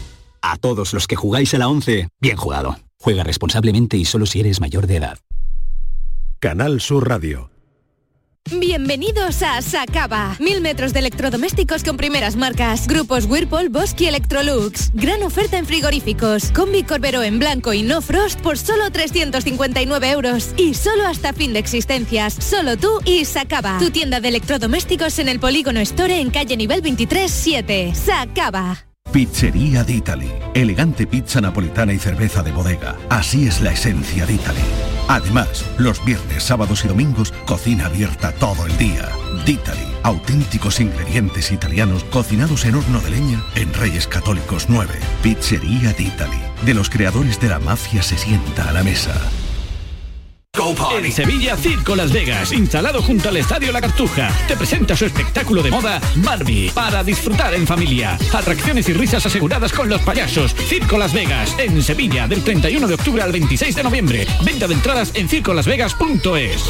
Speaker 7: A todos los que jugáis a la 11, bien jugado. Juega responsablemente y solo si eres mayor de edad.
Speaker 8: Canal Sur Radio.
Speaker 9: Bienvenidos a Sacaba. Mil metros de electrodomésticos con primeras marcas. Grupos Whirlpool, Bosch y Electrolux. Gran oferta en frigoríficos. Combi Corbero en blanco y no frost por solo 359 euros. Y solo hasta fin de existencias. Solo tú y Sacaba. Tu tienda de electrodomésticos en el Polígono Store en calle nivel 23 7. Sacaba.
Speaker 10: Pizzería d'Itali. Elegante pizza napolitana y cerveza de bodega. Así es la esencia de Italy. Además, los viernes, sábados y domingos, cocina abierta todo el día. D'Itali. Auténticos ingredientes italianos cocinados en horno de leña en Reyes Católicos 9. Pizzería d'Itali. De los creadores de la mafia se sienta a la mesa.
Speaker 11: En Sevilla, Circo Las Vegas, instalado junto al Estadio La Cartuja, te presenta su espectáculo de moda Barbie, para disfrutar en familia. Atracciones y risas aseguradas con los payasos. Circo Las Vegas, en Sevilla, del 31 de octubre al 26 de noviembre. Venta de entradas en circolasvegas.es.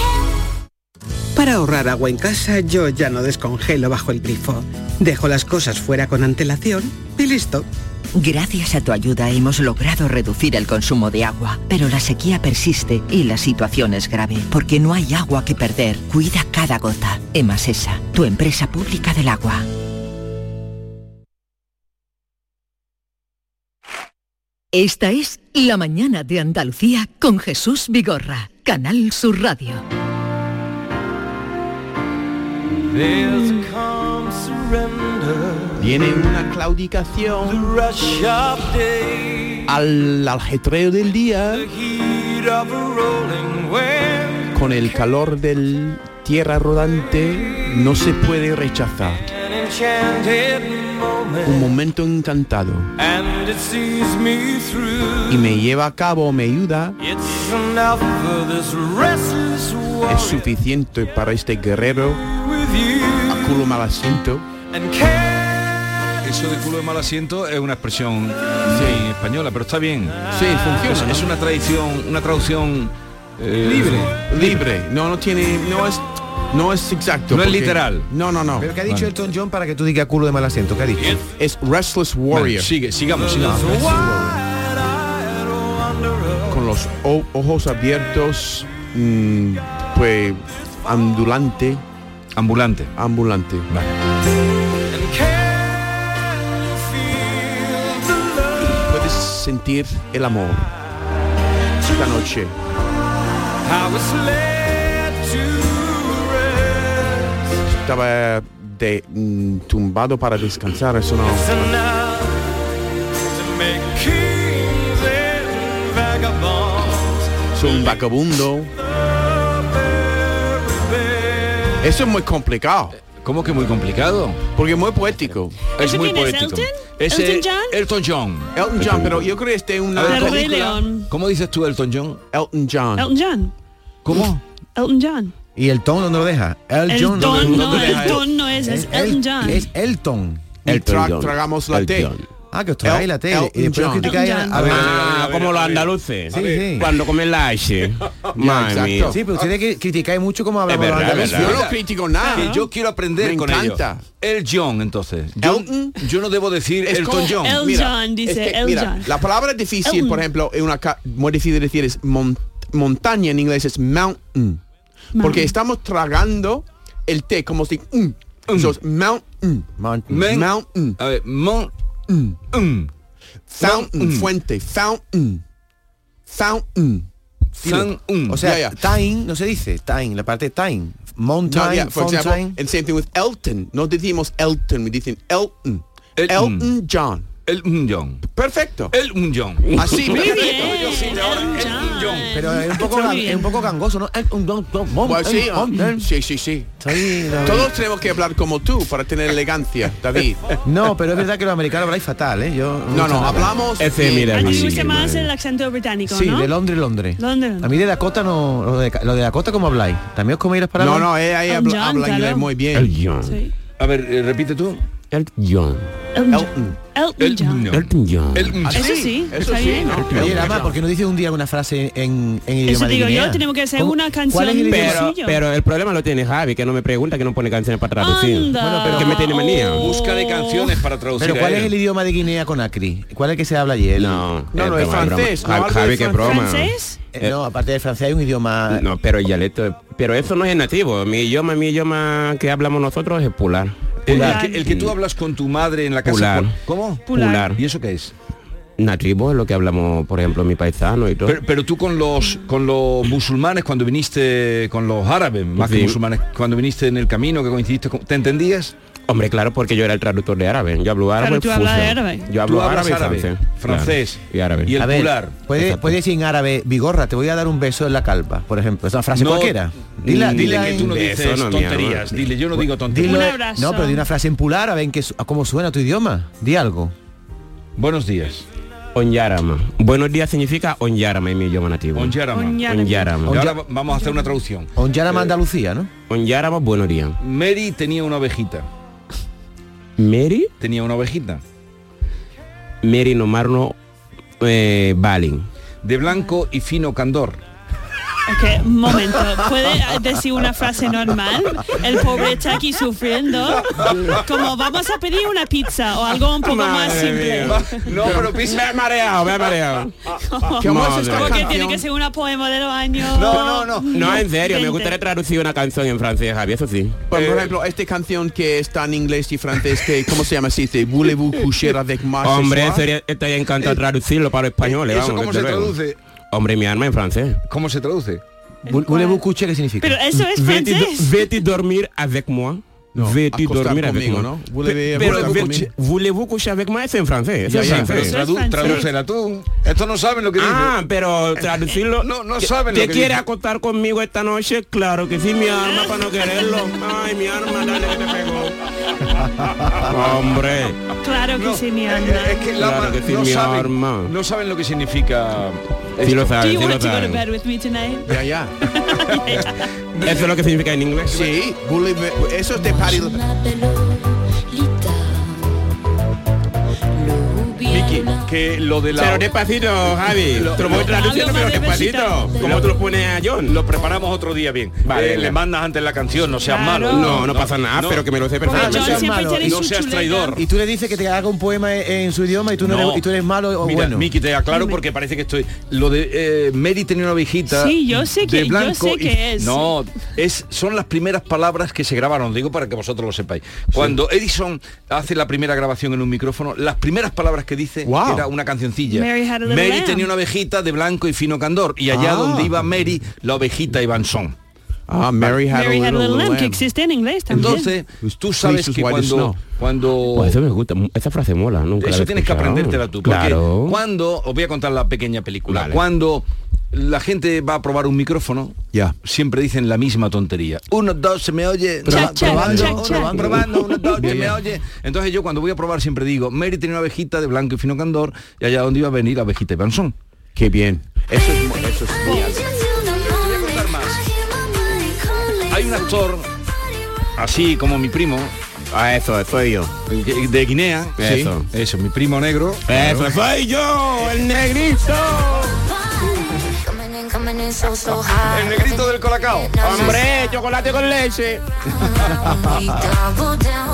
Speaker 12: Para ahorrar agua en casa yo ya no descongelo bajo el grifo. Dejo las cosas fuera con antelación y listo.
Speaker 9: Gracias a tu ayuda hemos logrado reducir el consumo de agua, pero la sequía persiste y la situación es grave, porque no hay agua que perder. Cuida cada gota. Emasesa, tu empresa pública del agua.
Speaker 6: Esta es La mañana de Andalucía con Jesús Vigorra, Canal Sur Radio.
Speaker 1: Viene una claudicación al aljetreo del día con el calor del tierra rodante no se puede rechazar. Un momento encantado y me lleva a cabo, me ayuda. Es suficiente para este guerrero a culo malacinto.
Speaker 4: eso de culo de mal asiento es una expresión muy española, pero está bien.
Speaker 1: Sí, funciona,
Speaker 4: Es,
Speaker 1: ¿no?
Speaker 4: es una tradición, una traducción eh,
Speaker 1: Libre. No, no tiene. No es. No es exacto.
Speaker 4: No es
Speaker 1: porque-
Speaker 4: literal.
Speaker 1: No, no, no.
Speaker 5: Pero ¿qué ha dicho Elton John para que tú digas culo de mal asiento? ¿Qué ha dicho?
Speaker 1: Es Restless Warrior.
Speaker 5: Vale,
Speaker 4: sigue, sigamos, sigamos.
Speaker 1: Con los o- ojos abiertos, mm, pues ambulante.
Speaker 4: Ambulante.
Speaker 1: Ambulante. Puedes sentir el amor esta noche. Estaba de, mm, tumbado para descansar, eso no. Es un vagabundo. Eso es muy complicado.
Speaker 4: ¿Cómo que muy complicado?
Speaker 1: Porque es muy poético.
Speaker 4: Es muy poético. Ese- Elton John.
Speaker 1: Elton John, pero yo creo que este es una
Speaker 4: A ver,
Speaker 2: Del Rey
Speaker 4: película.
Speaker 2: León.
Speaker 4: ¿Cómo dices tú Elton John?
Speaker 1: Elton John.
Speaker 2: Elton John.
Speaker 4: ¿Cómo?
Speaker 2: Elton John.
Speaker 5: ¿Y el ton dónde lo deja? El,
Speaker 2: El
Speaker 5: John
Speaker 2: ton
Speaker 5: ¿dónde
Speaker 2: no,
Speaker 5: lo deja?
Speaker 2: el ton no es, es Elton John.
Speaker 5: Es Elton.
Speaker 1: El Elton tra- John. tragamos la té. Elton.
Speaker 5: Ah, que os tragáis la té.
Speaker 1: Elton
Speaker 5: Y después os
Speaker 1: John.
Speaker 5: criticáis a-
Speaker 1: Elton
Speaker 5: a ver,
Speaker 3: Ah, como los andaluces.
Speaker 5: Sí, sí.
Speaker 3: Cuando comen la H. Madre mía.
Speaker 5: Sí, pero ustedes que critican mucho como
Speaker 3: Es
Speaker 5: hablamos
Speaker 3: verdad,
Speaker 5: los
Speaker 3: es
Speaker 5: andaluces.
Speaker 3: verdad.
Speaker 1: No critico nada.
Speaker 4: Que yo quiero aprender
Speaker 1: Me
Speaker 4: con
Speaker 1: encanta.
Speaker 4: ellos. El John, entonces. Yo, yo no debo decir
Speaker 1: Es
Speaker 4: Elton
Speaker 1: como-
Speaker 4: John.
Speaker 2: Elton
Speaker 1: Mira,
Speaker 2: John, dice
Speaker 1: es que,
Speaker 2: Elton
Speaker 1: mira,
Speaker 2: John.
Speaker 1: La palabra difícil, por
Speaker 2: Elton.
Speaker 1: ejemplo, es una ca- muy difícil de decir es mon- montaña en inglés es mountain, porque estamos tragando el té como si mm, so es mountain,
Speaker 4: Men-
Speaker 1: mountain,
Speaker 4: A ver, mon- mm.
Speaker 1: fountain,
Speaker 4: Mountain.
Speaker 1: fuente, fountain, fountain. Dilo.
Speaker 4: San- mm.
Speaker 5: O sea,
Speaker 1: Ya, ya.
Speaker 5: time no se dice, time, la parte time. Mountain,
Speaker 1: No, yeah, for example,
Speaker 5: fountain.
Speaker 1: and same thing with Elton. No decimos Elton, we dicen Elton.
Speaker 4: Elton.
Speaker 1: Elton, John.
Speaker 4: Elton John.
Speaker 1: Perfecto.
Speaker 4: Elton John.
Speaker 1: Así,
Speaker 2: Muy
Speaker 1: perfecto.
Speaker 2: bien, Elton John.
Speaker 5: pero es un poco,
Speaker 2: Está
Speaker 5: gan-
Speaker 2: bien.
Speaker 5: es un poco gangoso, ¿no? Elton, don, don, mon-
Speaker 1: Pues sí,
Speaker 5: Elton,
Speaker 1: ah,
Speaker 5: Elton.
Speaker 1: sí, sí, sí.
Speaker 5: Sí, David.
Speaker 1: Todos tenemos que hablar como tú para tener elegancia, David.
Speaker 5: No, pero es verdad que los americanos habláis fatal, ¿eh? Yo,
Speaker 1: No, no, hablamos.
Speaker 3: Ese,
Speaker 1: bien.
Speaker 3: mira,
Speaker 2: A ti
Speaker 3: sí,
Speaker 2: te gusta más
Speaker 3: madre.
Speaker 2: el acento británico,
Speaker 5: Sí,
Speaker 2: ¿no?
Speaker 5: de Londres, Londres.
Speaker 2: Londres.
Speaker 5: A mí de Dakota no... Lo de, lo de Dakota, ¿cómo habláis? ¿También os coméis las
Speaker 1: No,
Speaker 5: palabras?
Speaker 1: no, ella, ella
Speaker 2: Elton
Speaker 1: habla,
Speaker 2: John,
Speaker 1: habla
Speaker 2: claro.
Speaker 1: inglés muy bien.
Speaker 3: El John.
Speaker 2: Sí.
Speaker 4: A ver, eh, repite tú.
Speaker 3: El John.
Speaker 2: Elton John.
Speaker 1: Elton.
Speaker 2: Elton John.
Speaker 3: Elton John.
Speaker 4: Elton John.
Speaker 2: Eso sí,
Speaker 1: Eso
Speaker 2: está
Speaker 1: sí,
Speaker 2: bien.
Speaker 1: ¿no?
Speaker 5: Oye,
Speaker 1: Elton
Speaker 5: Rama,
Speaker 1: John.
Speaker 5: ¿por qué no dices un día una frase en, en idioma de
Speaker 2: digo yo,
Speaker 5: Guinea?
Speaker 2: tenemos que hacer
Speaker 5: ¿Cómo-
Speaker 2: una
Speaker 5: ¿Cuál
Speaker 2: canción
Speaker 5: es el idioma?
Speaker 2: Pero-
Speaker 3: Pero,
Speaker 2: suyo.
Speaker 3: pero el problema lo tiene Javi, que no me pregunta, que no pone canciones para traducir.
Speaker 2: Anda. Bueno, pero-
Speaker 3: que me tiene manía.
Speaker 2: Oh.
Speaker 4: Búscale canciones para traducir. a
Speaker 5: Pero ¿cuál es el
Speaker 4: él.
Speaker 5: idioma de Guinea con Acri? ¿Cuál es el que se habla allí? El-
Speaker 3: No,
Speaker 1: No, no, es
Speaker 3: broma,
Speaker 1: francés,
Speaker 3: broma.
Speaker 1: no,
Speaker 3: Ja-
Speaker 1: algo de
Speaker 3: Javi, qué
Speaker 1: francés.
Speaker 3: broma.
Speaker 2: ¿Francés?
Speaker 5: Eh, no, aparte de francés hay un idioma...
Speaker 3: No, pero el dialecto, pero eso no es nativo. Mi idioma, mi idioma que hablamos nosotros es pular.
Speaker 4: El,
Speaker 2: Pular.
Speaker 4: que, el que tú hablas con tu madre en la casa.
Speaker 3: Pular.
Speaker 4: ¿Cómo?
Speaker 2: Pular.
Speaker 4: ¿Y eso qué es?
Speaker 3: Nativo es lo que hablamos, por ejemplo, mi paisano y todo.
Speaker 4: Pero, pero tú con los con los musulmanes cuando viniste con los árabes, más que
Speaker 3: Sí.
Speaker 4: musulmanes, cuando viniste en el camino que coincidiste con, ¿te entendías?
Speaker 3: Hombre, claro, porque yo era el traductor de árabe. Yo hablo árabe.
Speaker 2: tú hablas
Speaker 3: fuso.
Speaker 2: árabe.
Speaker 3: Yo hablo
Speaker 4: Tú hablas
Speaker 3: árabe, y
Speaker 4: árabe,
Speaker 3: francés.
Speaker 4: francés.
Speaker 3: Claro, Y árabe.
Speaker 4: Y el
Speaker 5: a ver,
Speaker 4: pular.
Speaker 5: Puede,
Speaker 3: Exacto.
Speaker 5: puede decir en árabe, Vigorra, te voy a dar un beso en la calva, por ejemplo. Es una frase
Speaker 4: No,
Speaker 5: cualquiera.
Speaker 3: mm,
Speaker 4: Dile que
Speaker 5: en-
Speaker 4: tú no
Speaker 3: de
Speaker 4: dices
Speaker 3: eso no, mi amor.
Speaker 4: tonterías. Dile, yo no digo tonterías.
Speaker 5: dilo-
Speaker 2: Un abrazo.
Speaker 5: No, pero di una frase en pular a ver en qué, su- a cómo suena tu idioma. Di algo.
Speaker 4: Buenos días.
Speaker 3: Onyarama. Buenos días significa Onyarama en mi idioma nativo.
Speaker 4: Onyarama.
Speaker 2: Onya-
Speaker 4: Y
Speaker 3: Onyarama.
Speaker 4: ahora va- vamos a hacer una traducción.
Speaker 5: Onyanama Andalucía, ¿no?
Speaker 3: Onyarama, buenos días.
Speaker 4: Mary tenía una ovejita.
Speaker 3: Mary,
Speaker 4: Tenía una ovejita.
Speaker 3: Mary Nomarno eh, Balin.
Speaker 4: De blanco y fino candor.
Speaker 2: Ok, un momento. ¿Puede eh, decir una frase normal? El pobre está aquí sufriendo. Como vamos a pedir una pizza o algo un poco
Speaker 4: Ah,
Speaker 2: más
Speaker 3: Madre
Speaker 2: simple.
Speaker 3: mía.
Speaker 4: No, pero pisa.
Speaker 3: Me he mareado, me he mareado.
Speaker 1: ¿Cómo es esta
Speaker 3: Madre.
Speaker 2: Porque tiene
Speaker 1: canción?
Speaker 2: que ser una poema de los años.
Speaker 4: No, no, no.
Speaker 3: No, en serio, me
Speaker 2: 20.
Speaker 3: gustaría traducir una canción en francés, Javi, eso sí.
Speaker 5: Eh.
Speaker 1: Por ejemplo, esta canción que está en inglés y francés, que ¿cómo se llama? Si te voulez-vous coucher avec
Speaker 4: Ah,
Speaker 1: moi ce
Speaker 3: Hombre,
Speaker 1: soir?
Speaker 3: sería, estaría encantado traducirlo para españoles.
Speaker 4: Eh, ¿Eso
Speaker 3: vamos,
Speaker 4: cómo se
Speaker 3: desde luego.
Speaker 4: traduce?
Speaker 3: Hombre, mi alma en francés.
Speaker 4: ¿Cómo se traduce?
Speaker 5: Bu- Voulez-vous coucher, ¿qué significa?
Speaker 2: Pero eso es
Speaker 3: Vete, do-
Speaker 2: francés.
Speaker 3: vete dormir avec moi. vete
Speaker 1: acostar
Speaker 3: dormir avec
Speaker 1: conmigo,
Speaker 3: moi.
Speaker 1: ¿no?
Speaker 3: Pe-
Speaker 1: Voulez-
Speaker 3: Pero
Speaker 1: voulez-vous
Speaker 3: vete- voulez-vous coucher avec moi es en francés. eso
Speaker 1: Ya,
Speaker 3: es
Speaker 1: ya,
Speaker 3: francés.
Speaker 2: pero-
Speaker 4: Tradu-
Speaker 2: francés.
Speaker 4: tradúcela tú. Esto no saben lo que dice.
Speaker 3: Ah, pero traducirlo.
Speaker 4: No, no saben lo
Speaker 3: ¿Te
Speaker 4: que
Speaker 3: quiere
Speaker 4: dice.
Speaker 3: acostar conmigo esta noche? Claro que sí, mi alma, para no quererlo. Ay, mi alma, dale que te pegó. Hombre.
Speaker 2: Claro que
Speaker 4: No,
Speaker 2: sí, mi
Speaker 4: eh,
Speaker 2: alma.
Speaker 4: eh, Es que la
Speaker 3: Claro
Speaker 4: ma-
Speaker 3: que sí,
Speaker 4: no,
Speaker 3: mi
Speaker 4: saben,
Speaker 3: arma.
Speaker 4: no saben lo que significa.
Speaker 3: Sí lo
Speaker 2: Do
Speaker 3: saben,
Speaker 2: you
Speaker 3: sí
Speaker 2: want
Speaker 3: lo
Speaker 2: to go to
Speaker 3: saben.
Speaker 2: bed with me tonight?
Speaker 1: Ya, ya.
Speaker 3: Eso es lo que significa en inglés.
Speaker 1: Sí, voulez-vous- eso es de Paris.
Speaker 13: Una pelotita
Speaker 1: Ricky.
Speaker 4: Que lo de la...
Speaker 3: Pero despacito, Javi. Te lo voy traduciendo, pero despacito. Como tú lo pones a John.
Speaker 4: Lo preparamos otro día bien.
Speaker 3: Vale,
Speaker 4: Eh, le
Speaker 3: venga.
Speaker 4: mandas antes la canción, no seas
Speaker 3: Claro.
Speaker 4: malo.
Speaker 3: No, no pasa nada, pero que me lo sé Porque perfectamente. John
Speaker 4: No seas
Speaker 3: siempre
Speaker 4: malo,
Speaker 3: tiene
Speaker 4: no
Speaker 3: su
Speaker 4: seas
Speaker 3: chuleta.
Speaker 4: traidor.
Speaker 5: Y tú le dices que te haga un poema en en su idioma y tú, no
Speaker 4: No.
Speaker 5: eres, y tú eres malo o
Speaker 4: Mira,
Speaker 5: bueno.
Speaker 4: Miki, te aclaro porque parece que estoy. Lo de eh, Mary tenía una viejita.
Speaker 2: Sí, yo sé que-
Speaker 4: de
Speaker 2: yo
Speaker 4: blanco
Speaker 2: sé
Speaker 4: y-
Speaker 2: que es.
Speaker 4: No, es, son las primeras palabras que se grabaron, digo para que vosotros lo sepáis. Cuando Edison hace la primera grabación en un micrófono, las primeras palabras que dice
Speaker 3: Wow.
Speaker 4: era una cancioncilla.
Speaker 2: Mary had a little lamb.
Speaker 4: tenía una ovejita de blanco y fino candor. Y allá
Speaker 2: Ah.
Speaker 4: donde iba Mary, la ovejita iba en son. Ah,
Speaker 1: Mary
Speaker 2: Mary had a little lamb, que existe en inglés también.
Speaker 4: Entonces, tú sabes que cuando, cuando
Speaker 3: Pues eso me gusta, esa frase mola, nunca la
Speaker 4: eso
Speaker 3: había
Speaker 4: tienes que
Speaker 3: escuchado.
Speaker 4: aprendértela tú. Porque
Speaker 3: Claro.
Speaker 4: cuando, os voy a contar la pequeña película, cuando la gente va a probar un micrófono,
Speaker 1: ya
Speaker 4: siempre dicen la misma tontería. Uno, dos, se me oye.
Speaker 5: Cha,
Speaker 4: Proba-
Speaker 5: cha,
Speaker 4: probando,
Speaker 5: cha, cha.
Speaker 4: probando, probando, uno, dos, se me oye. Entonces yo cuando voy a probar siempre digo, Mary tenía una abejita de blanco y fino candor, y allá donde iba a venir la abejita de Bansón.
Speaker 1: Qué bien.
Speaker 4: Eso es, mu- eso es genial. Hay un actor, así como mi primo.
Speaker 3: Ah, eso, soy yo.
Speaker 4: De Guinea.
Speaker 3: Eso.
Speaker 4: Sí, eso, mi primo negro.
Speaker 3: Eso, soy yo, el negrito.
Speaker 4: El negrito del colacao.
Speaker 3: Hombre, chocolate con leche.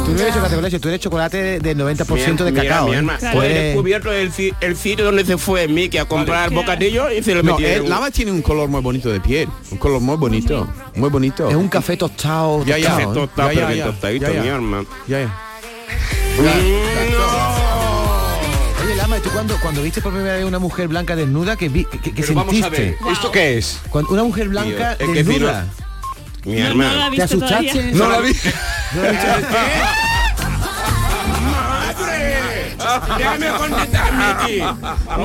Speaker 5: Tú no eres chocolate con leche, tú eres chocolate de- del 90% de
Speaker 3: Mira,
Speaker 5: cacao.
Speaker 3: mi
Speaker 5: ¿eh?
Speaker 3: alma,
Speaker 5: Tú
Speaker 3: Pues he
Speaker 5: eres-
Speaker 3: descubierto el, ci- el sitio donde se fue Mickey a comprar bocadillo y se lo
Speaker 1: No,
Speaker 3: metió.
Speaker 1: el lava tiene un color muy bonito de piel. Un color muy bonito. Muy bonito. Es un
Speaker 5: café tostado.
Speaker 1: Ya, ya.
Speaker 3: Café tostado, pero bien tostadito, mi
Speaker 1: hermano. Ya, ya.
Speaker 5: Oye, Lama, ¿y ¿tú cuando, cuando viste por primera vez una mujer blanca desnuda que, vi, que, que- que
Speaker 4: Pero vamos a ver,
Speaker 5: sentiste?
Speaker 4: ¿esto qué es?
Speaker 5: Cuando una mujer blanca
Speaker 4: Tío, es que
Speaker 5: desnuda.
Speaker 3: Mi
Speaker 5: No, no
Speaker 3: hermano.
Speaker 5: la he ¿Te visto asustaste? todavía.
Speaker 4: No la vi.
Speaker 3: Déjame contestar, Miki.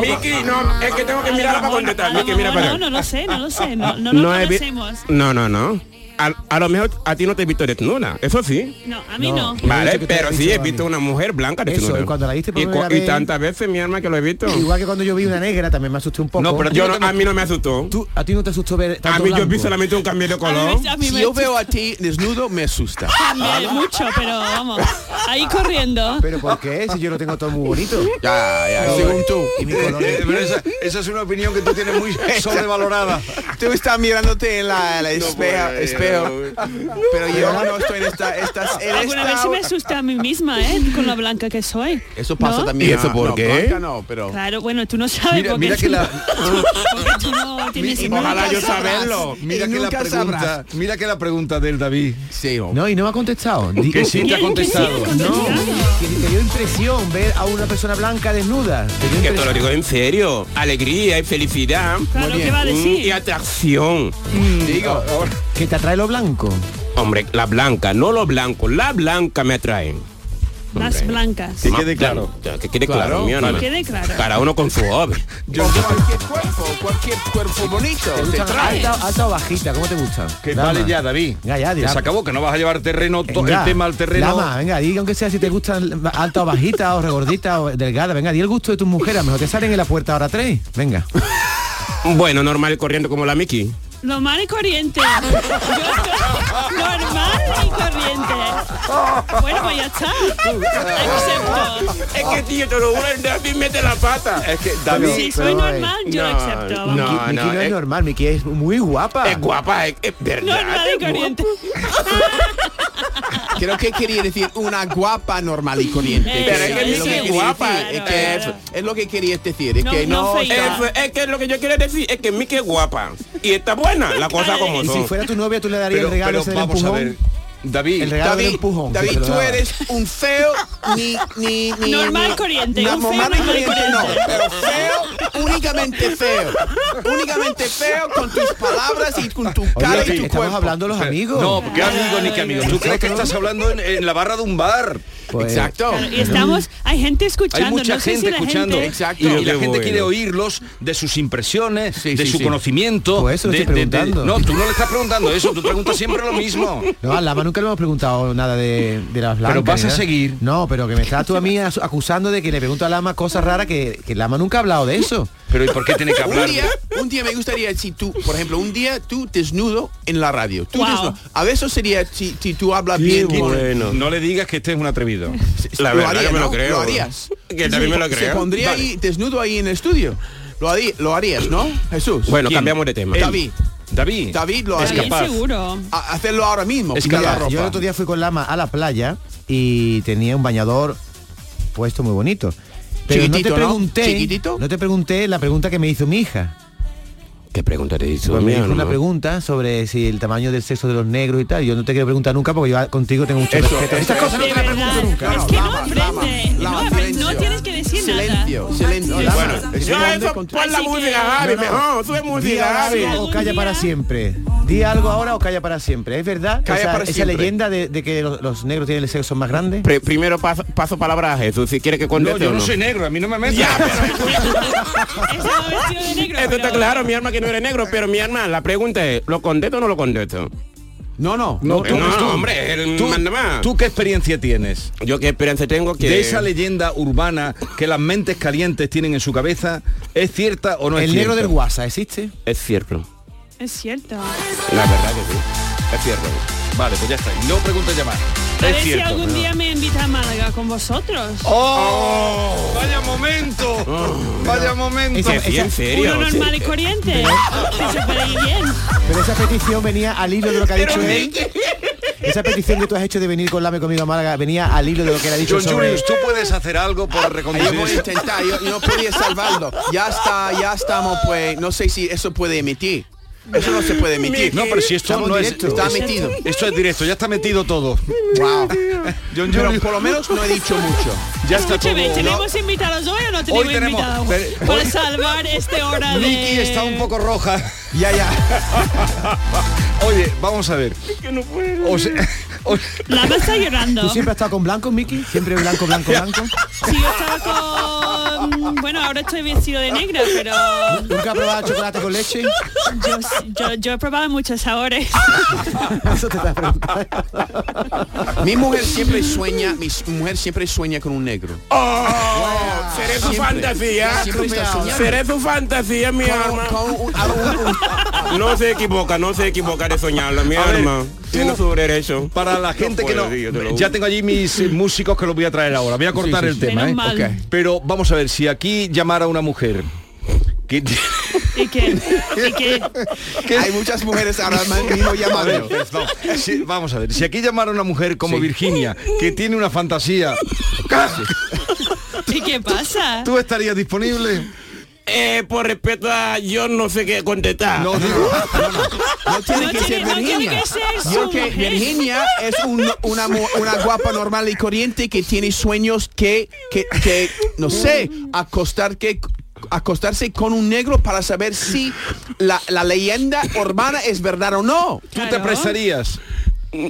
Speaker 3: Miki, no, es que tengo que mirarla para contestar. Miki, mira para
Speaker 2: No,
Speaker 3: acá.
Speaker 2: no lo sé, no lo sé, no, no,
Speaker 3: No
Speaker 2: lo
Speaker 3: he vi-
Speaker 2: conocemos.
Speaker 3: No, no, no. A, a lo mejor a ti no te he visto desnuda, eso sí.
Speaker 2: No, a mí no.
Speaker 3: Vale,
Speaker 5: que te
Speaker 3: pero
Speaker 5: has
Speaker 3: sí
Speaker 5: visto,
Speaker 3: he
Speaker 5: Dani.
Speaker 3: visto una mujer blanca
Speaker 5: Eso,
Speaker 3: desnuda.
Speaker 5: y cuando la viste por
Speaker 3: Y
Speaker 5: primera
Speaker 3: cu- y
Speaker 5: vez-
Speaker 3: tantas veces, mi hermano, que lo he visto.
Speaker 5: Igual que cuando yo vi una negra también me asusté un poco.
Speaker 3: No, pero yo no- a mí no me asustó.
Speaker 5: a ti no te asustó ver
Speaker 3: A
Speaker 5: tanto
Speaker 3: mí yo
Speaker 5: blanco?
Speaker 3: vi solamente un cambio de color.
Speaker 1: Si yo veo a ti desnudo, me asusta.
Speaker 2: También, mucho, pero vamos, ahí corriendo.
Speaker 5: Pero ¿por qué? Si yo lo tengo todo muy bonito.
Speaker 1: Ya, ya,
Speaker 5: No,
Speaker 1: según tú.
Speaker 4: Eh, Pero esa, esa es una opinión que tú tienes muy sobrevalorada.
Speaker 1: Tú estás mirándote en la, en la espejo, espejo. Pero yo no estoy en esta... Estas, en
Speaker 2: Ah, Alguna
Speaker 1: esta-
Speaker 2: vez sí me asusté a mí misma, ¿eh? Con lo blanca que soy.
Speaker 1: Eso pasa
Speaker 2: ¿No?
Speaker 1: también. Ah,
Speaker 3: ¿Y eso por
Speaker 1: no,
Speaker 3: qué?
Speaker 1: blanca no, pero...
Speaker 2: Claro, bueno, tú no sabes
Speaker 4: Mira-
Speaker 2: porque
Speaker 4: mira que
Speaker 2: tú,
Speaker 4: la-
Speaker 2: porque tú no tienes
Speaker 1: Mi- ojalá
Speaker 2: nunca
Speaker 1: yo
Speaker 2: sabrás.
Speaker 1: saberlo.
Speaker 4: Mira
Speaker 1: Y
Speaker 4: que la
Speaker 1: nunca
Speaker 4: pregunta,
Speaker 1: sabrás.
Speaker 4: mira que la pregunta del David.
Speaker 1: Sí,
Speaker 5: No, y no me ha contestado. Di-
Speaker 4: Que sí te ha contestado.
Speaker 5: No, que te dio impresión ver a una persona blanca desnuda. Te dio
Speaker 3: Que te lo
Speaker 5: impresión.
Speaker 3: digo en serio. Alegría y felicidad.
Speaker 2: Claro,
Speaker 3: Muy
Speaker 2: ¿qué
Speaker 3: bien.
Speaker 2: va a decir?
Speaker 3: Mm, Y atracción.
Speaker 1: mm, Digo,
Speaker 5: Que te atrae lo blanco.
Speaker 3: Hombre, la blanca, no lo blanco. La blanca me atrae.
Speaker 2: Las blancas.
Speaker 3: Más blanca, Que quede claro,
Speaker 1: Claro,
Speaker 3: mi hermano.
Speaker 2: Que quede claro.
Speaker 3: Cada uno con su hobby.
Speaker 1: Yo cualquier cuerpo, cualquier cuerpo bonito.
Speaker 5: ¿Te
Speaker 1: Te
Speaker 5: gusta
Speaker 1: trae.
Speaker 5: alta, alta o bajita? ¿Cómo te gusta?
Speaker 4: Que
Speaker 5: Dama.
Speaker 4: vale ya, David.
Speaker 5: Ya, ya,
Speaker 4: que
Speaker 5: dirá.
Speaker 4: se acabó, que no vas a llevar terreno, to-
Speaker 5: Venga,
Speaker 4: Pues
Speaker 5: eh.
Speaker 4: el tema al terreno.
Speaker 5: Lama, venga, diga aunque sea si te gustan alta o bajita o regordita o delgada. Venga, di el gusto de tus mujeres. A lo Mejor te salen en la puerta ahora tres. Venga.
Speaker 3: Bueno, normal y corriente como la Mickey.
Speaker 2: Lo mal y corriente. Yo- Normal y corriente. Bueno, pues ya está. Excepto.
Speaker 3: Es que tío, te lo juro, el David mete la pata.
Speaker 4: Es que David,
Speaker 2: Si soy
Speaker 5: Pero, eh,
Speaker 2: normal, yo
Speaker 3: no,
Speaker 2: excepto.
Speaker 3: no.
Speaker 5: Miki, Miki no es,
Speaker 4: eh.
Speaker 3: es-
Speaker 5: normal, Miki es muy guapa.
Speaker 3: Es guapa, es, es verdad.
Speaker 2: Normal y
Speaker 3: es guapa.
Speaker 2: corriente.
Speaker 1: Creo que quería decir una guapa normal y corriente.
Speaker 2: Eso,
Speaker 3: Pero es que
Speaker 1: Es
Speaker 3: Mickey
Speaker 1: lo
Speaker 2: eso,
Speaker 1: que
Speaker 3: es
Speaker 1: quería
Speaker 3: guapa.
Speaker 1: decir, es
Speaker 2: claro,
Speaker 1: que
Speaker 2: claro.
Speaker 1: eso- es lo que quería
Speaker 3: este
Speaker 1: decir, es
Speaker 2: No,
Speaker 1: que
Speaker 2: no
Speaker 1: no...
Speaker 2: feita.
Speaker 3: Eso, es que lo que yo quiero decir es que Mickey es guapa. Y está buena, la cosa como
Speaker 5: y
Speaker 3: son.
Speaker 5: si fuera tu novia, tú le darías
Speaker 4: pero,
Speaker 5: el regalo
Speaker 4: pero
Speaker 5: ese del
Speaker 4: vamos a
Speaker 5: empujón.
Speaker 4: ver. David,
Speaker 5: El regalo del
Speaker 1: David,
Speaker 5: empujón.
Speaker 1: David,
Speaker 5: que te lo
Speaker 1: tú
Speaker 5: daba.
Speaker 1: eres un feo ni ni ni
Speaker 2: Normal
Speaker 1: ni-
Speaker 2: corriente.
Speaker 1: No,
Speaker 2: un feo
Speaker 1: normal y corriente no,
Speaker 2: corriente.
Speaker 1: pero feo, únicamente feo, únicamente feo con tus palabras y con tu
Speaker 5: Oye,
Speaker 1: cara y tu
Speaker 5: estamos
Speaker 1: cuerpo.
Speaker 5: hablando los amigos.
Speaker 4: No, qué amigo ni qué amigo. ¿Tú crees que estás hablando en, en la barra de un bar?
Speaker 5: Pues,
Speaker 1: Exacto.
Speaker 2: Y estamos, hay gente escuchando.
Speaker 4: Hay mucha
Speaker 2: no sé si
Speaker 4: gente
Speaker 2: la
Speaker 4: escuchando
Speaker 2: gente-
Speaker 1: Exacto.
Speaker 4: y, y la
Speaker 3: Qué
Speaker 4: gente
Speaker 3: bueno.
Speaker 4: quiere oírlos de sus impresiones, de
Speaker 1: sí,
Speaker 4: su
Speaker 1: sí.
Speaker 4: conocimiento.
Speaker 5: Pues eso
Speaker 4: de,
Speaker 5: estoy
Speaker 4: de- de-
Speaker 5: preguntando.
Speaker 4: no, tú no le estás preguntando eso, tú preguntas siempre lo mismo.
Speaker 5: No, a Lama nunca le hemos preguntado nada de, de las blancas.
Speaker 4: Pero vas
Speaker 3: ¿eh?
Speaker 5: ni
Speaker 4: a
Speaker 5: nada.
Speaker 4: seguir.
Speaker 5: No, pero que me estás tú a mí as- acusando de que le pregunto a Lama cosas raras que, que Lama nunca ha hablado de eso.
Speaker 4: Pero ¿y por qué tiene que
Speaker 5: hablar?
Speaker 1: Un día, un día me gustaría si tú, por ejemplo, un día tú desnudo en la radio. Tú
Speaker 4: Wow.
Speaker 1: desnudo. A veces sería si, si tú hablas bien. con-
Speaker 4: No le digas que este es un atrevido.
Speaker 1: Lo haría, ¿no? Lo harías.
Speaker 3: Que también me lo
Speaker 1: Se
Speaker 3: creo.
Speaker 1: pondría
Speaker 3: Vale.
Speaker 1: ahí desnudo ahí en el estudio. Lo, harí- lo harías, ¿no? Jesús.
Speaker 3: Bueno, cambiamos de tema.
Speaker 1: David.
Speaker 4: David.
Speaker 1: David lo haría.
Speaker 2: seguro.
Speaker 1: A- hacerlo ahora mismo.
Speaker 5: Mira,
Speaker 1: quitar la ropa.
Speaker 5: Yo el otro día fui con Lama a la playa y tenía un bañador puesto muy bonito. Pero no te
Speaker 1: Chiquitito, ¿no?
Speaker 5: pregunté,
Speaker 1: Chiquitito.
Speaker 5: no te pregunté la pregunta que me hizo mi hija.
Speaker 3: ¿Qué pregunta te hizo?
Speaker 5: Pues me
Speaker 3: mía,
Speaker 5: hizo una
Speaker 3: no?
Speaker 5: pregunta sobre si el tamaño del sexo de los negros y tal. Yo no te quiero preguntar nunca porque yo a- contigo tengo mucho respeto. Estas cosas no te las pregunto nunca.
Speaker 2: Es que no aprende. No, aprende, no tienes que decir
Speaker 5: Ah,
Speaker 2: nada.
Speaker 1: Silencio.
Speaker 5: Lama,
Speaker 3: Yo a eso, pon la música, Gaby,
Speaker 5: No, no.
Speaker 3: mejor, sube
Speaker 5: Di
Speaker 3: música, Gaby.
Speaker 5: algo o calla para siempre. Di algo ahora o calla para siempre. ¿Es verdad
Speaker 3: Calla
Speaker 5: esa,
Speaker 3: para
Speaker 5: esa
Speaker 3: siempre.
Speaker 5: leyenda de, de que los, los negros tienen el sexo más grande?
Speaker 3: Pre- primero paso, paso palabra a Jesús, si quiere que conteste
Speaker 5: No, yo
Speaker 3: o
Speaker 5: no
Speaker 4: soy negro, a mí no me metas.
Speaker 3: Eso está claro, mi alma que no eres negro, pero mi alma, la pregunta es, ¿lo contesto o no lo contesto?
Speaker 1: No, no,
Speaker 3: no,
Speaker 4: tú,
Speaker 3: no,
Speaker 4: tú.
Speaker 3: hombre, el
Speaker 4: Tú-
Speaker 3: manda más.
Speaker 4: ¿Tú qué experiencia tienes?
Speaker 3: Yo qué experiencia tengo que
Speaker 4: De esa leyenda urbana que las mentes calientes tienen en su cabeza, ¿es cierta o no es
Speaker 5: el negro del
Speaker 4: guapo.
Speaker 5: guasa existe.
Speaker 3: es cierto.
Speaker 2: Es cierto.
Speaker 3: La verdad que sí. Es cierto.
Speaker 4: Vale, pues ya está. No preguntes ya más.
Speaker 2: A
Speaker 4: Es
Speaker 2: ver
Speaker 4: cierto.
Speaker 2: si algún
Speaker 4: ¿no?
Speaker 2: día me invita a Málaga con vosotros.
Speaker 4: ¡Oh! ¡Vaya momento! ¡Vaya momento!
Speaker 5: Esa- esa-
Speaker 2: Uno normal y corriente. Que se puede ir bien.
Speaker 5: Pero esa petición venía al hilo de lo que ha dicho él. Esa petición que tú has hecho de venir con Lame conmigo a Málaga venía al hilo de lo que él ha dicho
Speaker 4: John
Speaker 5: sobre...
Speaker 4: Julius, tú puedes hacer algo por
Speaker 1: Ah, Yo voy a
Speaker 4: reconducir.
Speaker 1: intentar, yo, yo no podía salvarlo. Ya está, ya estamos, pues, no sé si eso puede emitir. Eso no se puede emitir.
Speaker 4: No, pero si esto
Speaker 1: Estamos
Speaker 4: no es,
Speaker 1: directo. está metido.
Speaker 4: Esto es directo, ya está metido todo.
Speaker 1: Wow.
Speaker 4: John
Speaker 1: Pero
Speaker 4: Julius.
Speaker 1: por lo menos no he dicho mucho.
Speaker 4: Ya está todo.
Speaker 2: Escúcheme,
Speaker 4: No,
Speaker 2: ¿tenemos invitados hoy o no tenemos,
Speaker 4: tenemos-
Speaker 2: invitados?
Speaker 4: pero-
Speaker 2: Para
Speaker 4: hoy-
Speaker 2: salvar este hora de...
Speaker 4: Vicky está un poco roja.
Speaker 1: Ya, ya.
Speaker 4: Oye, vamos a ver. O sea- o-
Speaker 2: La me está llorando.
Speaker 5: ¿Tú siempre has estado con blanco, Miki? ¿Siempre blanco, blanco, blanco?
Speaker 2: Si yo estaba con... Bueno, ahora estoy vestido de negra, pero...
Speaker 5: ¿Nunca has probado chocolate con leche?
Speaker 2: Yo, yo- yo he probado muchos sabores.
Speaker 5: Eso te está preguntando.
Speaker 1: Mi mujer siempre sueña, mi s- mujer siempre sueña con un negro.
Speaker 3: ¡Oh! Seré su
Speaker 1: Siempre.
Speaker 3: fantasía.
Speaker 1: Siempre está soñando.
Speaker 3: Seré su fantasía, mi alma.
Speaker 1: Con un- a un- un-
Speaker 3: No se equivoca, no se equivoca de soñarlo, mi alma. Tiene su derecho.
Speaker 4: para la gente que
Speaker 3: puedo,
Speaker 4: no...
Speaker 3: tío, te lo juro.
Speaker 4: ya tengo allí mis eh, músicos que los voy a traer ahora. Voy a cortar el tema,
Speaker 2: Menos
Speaker 4: ¿eh?
Speaker 2: mal.
Speaker 4: Ok. Pero vamos a ver, si aquí llamara una mujer... que-
Speaker 2: ¿Y qué? ¿Y qué?
Speaker 4: que-
Speaker 1: Hay muchas mujeres ahora mismo
Speaker 4: A ver,
Speaker 1: llamando.
Speaker 4: no, si- vamos a ver, si aquí llamara una mujer como Virginia, que tiene una fantasía,
Speaker 2: ¿Y qué pasa?
Speaker 4: ¿tú estarías disponible?
Speaker 3: Eh, por respeto a yo no sé qué contestar.
Speaker 4: No, digo,
Speaker 1: No tiene
Speaker 2: No
Speaker 1: que ser
Speaker 2: tiene- no tiene
Speaker 1: Virginia.
Speaker 2: que ser su
Speaker 1: Yo que
Speaker 2: mujer.
Speaker 1: Virginia es un- una, mu- una guapa normal y corriente que tiene sueños que, que, que, no sé, acostar que acostarse con un negro para saber si la, la leyenda urbana es verdad o no.
Speaker 4: ¿tú te
Speaker 2: Claro.
Speaker 4: prestarías?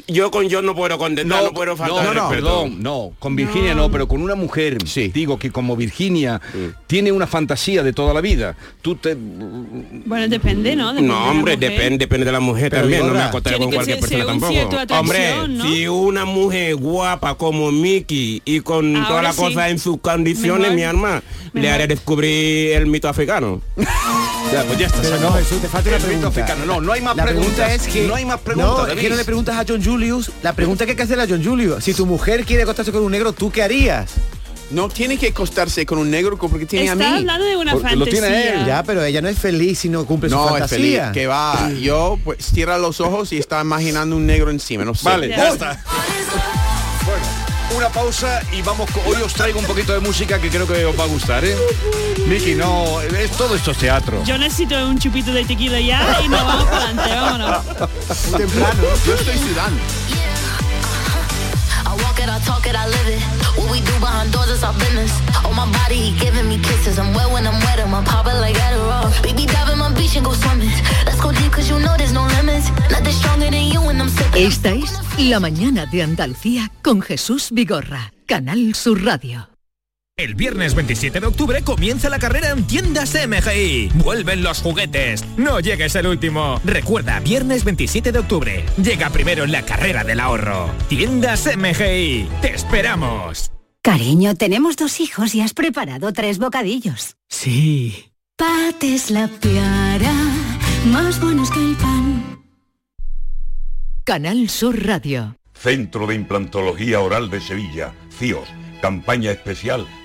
Speaker 3: Yo con yo no puedo contestar, no, puedo faltar
Speaker 4: no,
Speaker 3: no,
Speaker 4: no,
Speaker 3: respeto.
Speaker 4: perdón, no, con Virginia no. pero con una mujer, digo que como Virginia tiene una fantasía de toda la vida, tú te...
Speaker 2: Bueno, depende, ¿no?
Speaker 3: No,
Speaker 2: Depende de la
Speaker 3: hombre,
Speaker 2: mujer.
Speaker 3: depende, depende de la mujer
Speaker 5: Pero,
Speaker 3: también. No me
Speaker 5: Vigorra,
Speaker 3: acostaré con
Speaker 2: tiene que
Speaker 3: cualquier
Speaker 2: ser
Speaker 3: persona
Speaker 2: según cierto
Speaker 3: tampoco.
Speaker 2: atracción,
Speaker 3: Hombre,
Speaker 2: ¿no?
Speaker 3: si una mujer guapa como Mickey y con
Speaker 2: Ahora
Speaker 3: todas las
Speaker 2: sí.
Speaker 3: cosas en sus condiciones,
Speaker 2: Mejor.
Speaker 3: mi alma, le
Speaker 2: Mejor.
Speaker 3: haré descubrir el mito africano.
Speaker 4: Ya, pues ya está. se
Speaker 5: Pero no,
Speaker 4: acabó.
Speaker 5: Jesús, te falta una
Speaker 4: El mito
Speaker 5: pregunta.
Speaker 4: africano, No, no hay más
Speaker 5: La
Speaker 4: preguntas.
Speaker 5: pregunta es que
Speaker 4: no hay más preguntas.
Speaker 5: No, es que
Speaker 4: David.
Speaker 5: no le preguntas a John Julius. La pregunta que hay que hacer a John Julius. Si tu mujer quiere acostarse con un negro, ¿tú qué harías?
Speaker 1: No tiene que acostarse con un negro porque tiene
Speaker 2: Está
Speaker 1: a mí.
Speaker 2: hablando de una
Speaker 4: Porque
Speaker 2: fantasía.
Speaker 4: lo tiene él,
Speaker 5: Ya, pero ella no es feliz si no cumple su
Speaker 1: No, es feliz.
Speaker 5: fantasía.
Speaker 1: Que va. Yo pues cierra los ojos y está imaginando un negro encima. No sé.
Speaker 4: Vale,
Speaker 2: Ya.
Speaker 4: ya está. Bueno, una pausa y vamos. co- Hoy os traigo un poquito de música que creo que os va a gustar, ¿eh? Miki, no, es todo esto es teatro.
Speaker 2: Yo necesito un chupito de tequila ya y nos vamos para adelante, vámonos.
Speaker 5: Muy temprano.
Speaker 1: Yo estoy sudando.
Speaker 13: I walk it, I talk it, I live it. What we do behind doors is our business. Oh, my body, he giving me kisses. I'm wet when I'm wet, and I'm popping like Adderall. Baby, dive in my beach and go swimming. Let's go deep, cause you know there's no limits. Nothing stronger than you and I'm sipping.
Speaker 6: Esta es La Mañana de Andalucía con Jesús Vigorra, Canal Sur Radio.
Speaker 11: El viernes 27 de octubre comienza la carrera en tiendas MGI. Vuelven los juguetes. No llegues el último. Recuerda, viernes 27 de octubre. Llega primero la carrera del ahorro. Tiendas MGI. Te esperamos.
Speaker 14: Cariño, tenemos dos hijos y has preparado tres bocadillos.
Speaker 11: Sí.
Speaker 14: Pates la piara, más buenos que el pan.
Speaker 6: Canal Sur Radio.
Speaker 15: Centro de Implantología Oral de Sevilla, CIOS, campaña especial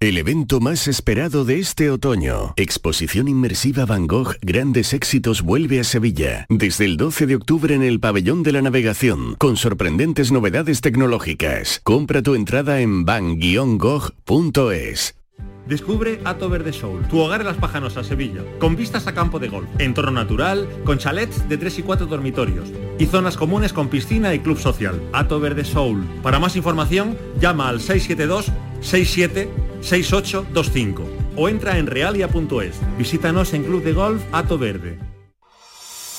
Speaker 16: El evento más esperado de este otoño, Exposición Inmersiva Van Gogh Grandes Éxitos vuelve a Sevilla, desde el 12 de octubre en el Pabellón de la Navegación, con sorprendentes novedades tecnológicas. Compra tu entrada en van-gogh.es.
Speaker 17: Descubre Ato Verde Soul, tu hogar en las pajanosas, Sevilla, con vistas a campo de golf, entorno natural, con chalets de 3 y 4 dormitorios y zonas comunes con piscina y club social. Ato Verde Soul. Para más información, llama al 672 67 6825 o entra en realia.es. Visítanos en Club de Golf Ato Verde.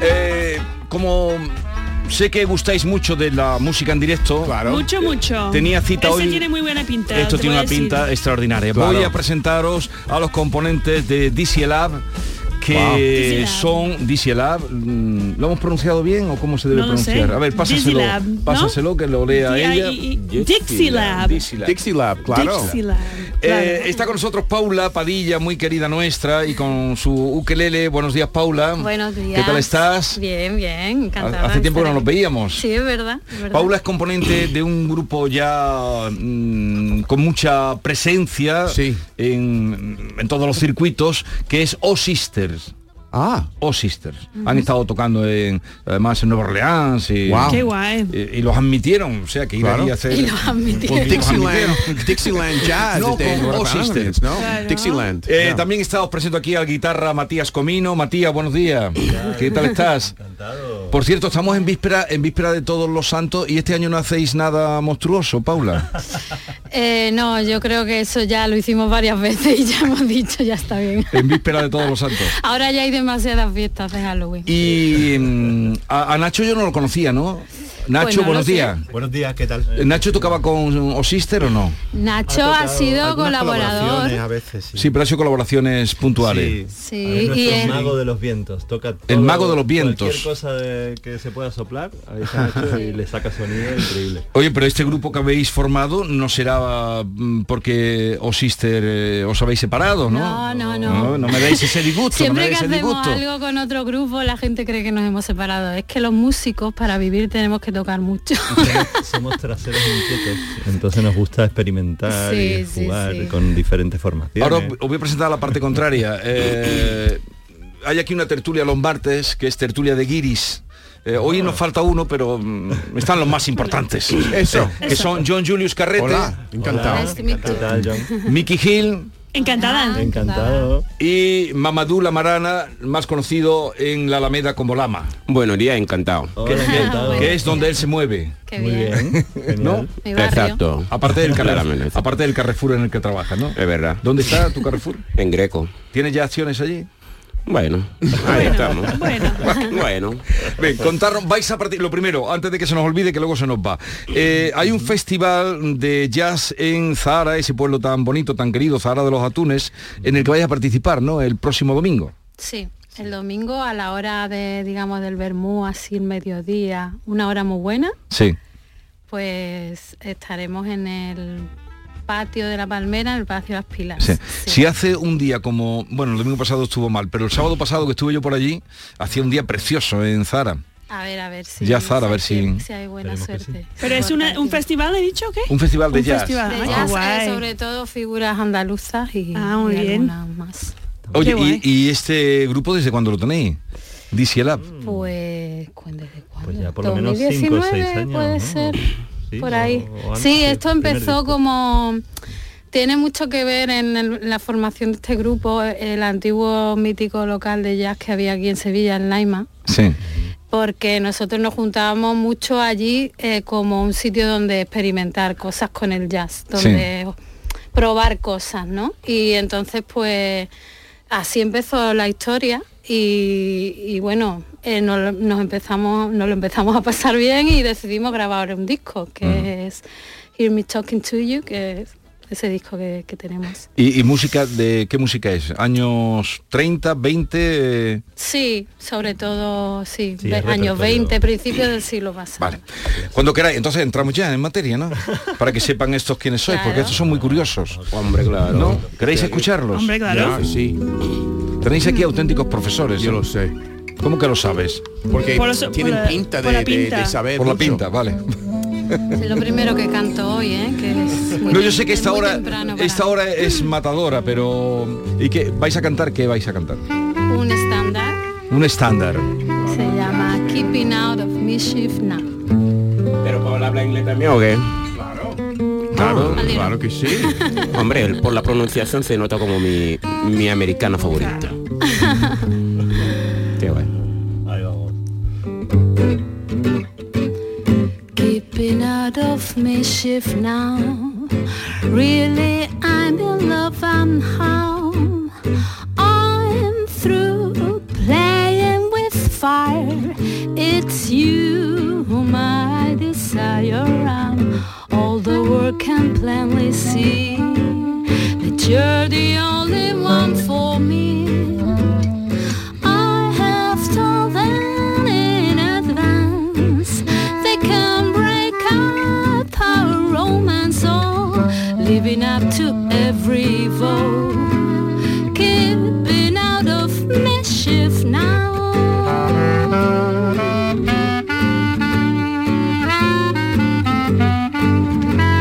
Speaker 4: Eh, como sé que gustáis mucho de la música en directo,
Speaker 2: Mucho, mucho.
Speaker 4: Tenía cita
Speaker 2: Ese
Speaker 4: hoy.
Speaker 2: tiene muy buena pinta.
Speaker 4: Esto
Speaker 2: te
Speaker 4: tiene
Speaker 2: voy a
Speaker 4: una pinta eh,
Speaker 2: decir.
Speaker 4: extraordinaria.
Speaker 3: Claro.
Speaker 4: Voy a presentaros a los componentes de DC Lab que son DC Lab. Mm, ¿Lo hemos pronunciado bien o cómo se debe
Speaker 2: No lo sé.
Speaker 4: pronunciar? A ver, pásaselo,
Speaker 2: Dixie Lab, ¿no?
Speaker 4: pásaselo que lo lea
Speaker 2: Di-
Speaker 4: ella.
Speaker 2: y- y- Dixie Lab.
Speaker 4: Dixie Lab.
Speaker 1: Dixie Lab,
Speaker 2: claro. Dixie Lab, claro.
Speaker 4: Eh, está con nosotros Paula Padilla, muy querida nuestra, y con su ukelele. Buenos días, Paula.
Speaker 18: Buenos días.
Speaker 4: ¿Qué tal estás?
Speaker 18: Bien, bien, encantada.
Speaker 4: Hace
Speaker 18: de
Speaker 4: tiempo que no
Speaker 18: estar
Speaker 4: nos
Speaker 18: aquí.
Speaker 4: veíamos.
Speaker 18: Sí, es verdad. es verdad.
Speaker 4: Paula es componente de un grupo ya mm, con mucha presencia en, en todos los circuitos, que es O Sisters.
Speaker 1: Ah.
Speaker 4: O Sisters. Han
Speaker 2: Ujú.
Speaker 4: estado tocando en, además en Nueva Orleans y,
Speaker 2: Guau. Qué guay.
Speaker 4: y, y los admitieron. O sea que ir
Speaker 1: Claro.
Speaker 4: allí a hacer.
Speaker 1: Y los admitieron.
Speaker 4: Porque los
Speaker 1: Dixieland-
Speaker 4: admitieron.
Speaker 1: Dixieland Jazz
Speaker 4: No,
Speaker 1: de
Speaker 4: con
Speaker 1: Nueva
Speaker 4: O
Speaker 1: Orleans,
Speaker 4: Sisters.
Speaker 1: ¿no? Claro. Dixieland,
Speaker 4: Eh,
Speaker 1: ya.
Speaker 4: También está os presento aquí al guitarra Matías Comino. Matías, buenos días. ¿Qué tal estás? Por cierto, estamos en víspera, en víspera de todos los santos y este año no hacéis nada monstruoso, Paula.
Speaker 18: Eh, no, yo creo que eso ya lo hicimos varias veces y ya hemos dicho, ya está bien.
Speaker 4: En víspera de todos los santos.
Speaker 18: Ahora ya hay demasiadas fiestas de Halloween.
Speaker 4: Y mm, a, a Nacho yo no lo conocía, ¿no? Nacho,
Speaker 18: Pues no lo
Speaker 4: buenos
Speaker 18: sé.
Speaker 4: días. Eh,
Speaker 19: Buenos días, ¿qué tal?
Speaker 4: ¿Nacho tocaba con O Sister o no?
Speaker 18: Nacho ha, sido
Speaker 19: colaboraciones
Speaker 18: colaborador.
Speaker 19: a veces, sí.
Speaker 4: Sí, pero ha sido colaboraciones puntuales.
Speaker 19: A ver,
Speaker 18: Sí,
Speaker 19: nuestro
Speaker 18: y es-
Speaker 19: mago de los vientos. Toca
Speaker 4: El
Speaker 19: todo-
Speaker 4: mago de los vientos.
Speaker 19: Cualquier cosa de- que se pueda soplar, ahí está Nacho y le saca sonido increíble.
Speaker 4: Oye, pero este grupo que habéis formado no será mm, porque O Sister eh, os habéis separado, ¿no?
Speaker 18: No, no, no.
Speaker 4: No, no me dais ese disgusto, no me
Speaker 18: Siempre
Speaker 4: dais
Speaker 18: que
Speaker 4: ese
Speaker 18: hacemos
Speaker 4: disgusto.
Speaker 18: algo con otro grupo, la gente cree que nos hemos separado. Es que los músicos para vivir tenemos que tocar mucho.
Speaker 19: Somos traseros inquietos, entonces nos gusta experimentar y
Speaker 18: Sí, sí,
Speaker 19: jugar
Speaker 18: sí.
Speaker 19: con diferentes formaciones.
Speaker 4: Ahora os os voy a presentar la parte contraria. Eh, hay aquí una tertulia los martes, que es tertulia de guiris. Eh, hoy nos falta uno, pero mm, están los más importantes.
Speaker 1: Eso.
Speaker 4: Eh, que son John Julius Carrete.
Speaker 1: Hola, encantado. Hola, Nice to meet you.
Speaker 4: Mickey Hill.
Speaker 2: Ah, Encantada.
Speaker 19: Encantado.
Speaker 4: Y Mamadou La Marana, más conocido en la Alameda como Lama.
Speaker 3: Bueno, día encantado.
Speaker 4: Que, que-
Speaker 2: Ah,
Speaker 19: encantado.
Speaker 4: que es donde él se mueve.
Speaker 18: Qué
Speaker 19: Muy bien.
Speaker 4: ¿No?
Speaker 18: Mi barrio. Exacto.
Speaker 4: Aparte del,
Speaker 3: Claramente,
Speaker 4: Carrefour, aparte del Carrefour en el que trabaja, ¿no?
Speaker 3: Es verdad.
Speaker 4: ¿Dónde está tu Carrefour?
Speaker 3: En Greco.
Speaker 4: ¿Tienes ya acciones allí?
Speaker 3: Bueno, ahí estamos. Bueno.
Speaker 4: Ven, contarnos, vais a partir, lo primero, antes de que se nos olvide que luego se nos va. Eh, hay un festival de jazz en Zahara, ese pueblo tan bonito, tan querido, Zahara de los Atunes, en el que vais a participar, ¿no? El próximo domingo.
Speaker 18: Sí, el domingo a la hora de, digamos, del vermú, así el mediodía, una hora muy buena,
Speaker 4: Sí.
Speaker 18: pues estaremos en el patio de la Palmera, en el patio de las Pilas.
Speaker 4: Sí. Si hace un día como, bueno, el domingo pasado estuvo mal, pero el sábado pasado que estuve yo por allí, hacía un día precioso en Zara.
Speaker 18: A ver, a ver si.
Speaker 4: Ya, Zara, a ver si-
Speaker 18: Si hay buena suerte.
Speaker 2: Pero es una- un festival, he dicho, o ¿qué?
Speaker 4: Un festival de jazz.
Speaker 2: festival.
Speaker 18: De
Speaker 2: Ah,
Speaker 18: jazz, eh,
Speaker 2: guay.
Speaker 18: sobre todo figuras andaluzas y,
Speaker 2: Ah, muy
Speaker 18: y
Speaker 2: bien.
Speaker 18: algunas más.
Speaker 4: Oye,
Speaker 18: Qué
Speaker 4: y,
Speaker 18: guay.
Speaker 4: y este grupo desde cuándo lo tenéis? DC Lab.
Speaker 18: Pues, ¿cuándo- ¿desde cuándo?
Speaker 19: ya por lo menos cinco o
Speaker 18: 2019
Speaker 19: seis años,
Speaker 18: puede
Speaker 19: ¿no?
Speaker 18: ser,
Speaker 19: Sí,
Speaker 18: por
Speaker 19: o-
Speaker 18: ahí.
Speaker 19: o antes,
Speaker 18: sí, esto
Speaker 19: el primer
Speaker 18: empezó
Speaker 19: disco.
Speaker 18: como... Tiene mucho que ver en el- la formación de este grupo, el antiguo mítico local de jazz que había aquí en Sevilla, en Laima,
Speaker 4: Sí.
Speaker 18: porque nosotros nos juntábamos mucho allí eh, como un sitio donde experimentar cosas con el jazz,
Speaker 4: Sí.
Speaker 18: donde probar cosas, ¿no? Y entonces pues así empezó la historia y, y bueno, eh, nos, nos empezamos, nos lo empezamos a pasar bien y decidimos grabar un disco que es Hear Me Talking to You, que es ese disco que, que tenemos.
Speaker 4: ¿Y, y música de qué música es? ¿Años 30, 20? eh?
Speaker 18: Sí, sobre todo, sí,
Speaker 4: Sí,
Speaker 18: de-
Speaker 4: es
Speaker 18: años
Speaker 4: repertorio.
Speaker 18: 20, principios del siglo pasado.
Speaker 4: Vale. Cuando queráis, entonces entramos ya en materia, ¿no? Para que sepan estos quiénes sois, porque estos son muy curiosos. Hombre, claro. ¿No? ¿Queréis escucharlos?
Speaker 18: Hombre, claro.
Speaker 1: Ya,
Speaker 4: sí. Tenéis aquí auténticos profesores. Yo lo sé. ¿Cómo que lo sabes?
Speaker 1: Porque Por eso- tienen por la- pinta de- por la de- pinta. de saber
Speaker 4: Por la
Speaker 1: mucho.
Speaker 4: pinta, vale.
Speaker 18: Es lo primero que canto hoy, ¿eh? Que es muy
Speaker 4: No, yo
Speaker 18: tem-
Speaker 4: sé que
Speaker 18: es
Speaker 4: esta
Speaker 18: muy
Speaker 4: hora,
Speaker 18: temprano para Mm.
Speaker 4: esta hora es matadora, pero... ¿Y qué? ¿Vais a cantar? ¿Qué vais a cantar?
Speaker 18: un estándar.
Speaker 4: Un estándar.
Speaker 18: Se llama Keeping Out of Mischief Now.
Speaker 3: Pero Paola habla inglés también, ¿o qué?
Speaker 18: Ah,
Speaker 3: Claro, claro que sí. Hombre, el- por la pronunciación se nota como mi, mi americana favorita. Qué bueno.
Speaker 14: Keeping out of mischief now. Really, I'm in love and how I'm through playing with fire. It's you whom I desire. And all the world can plainly see that you're the only one for me. I have told them in advance they can break up our romance all living up to every evil keeping out of mischief now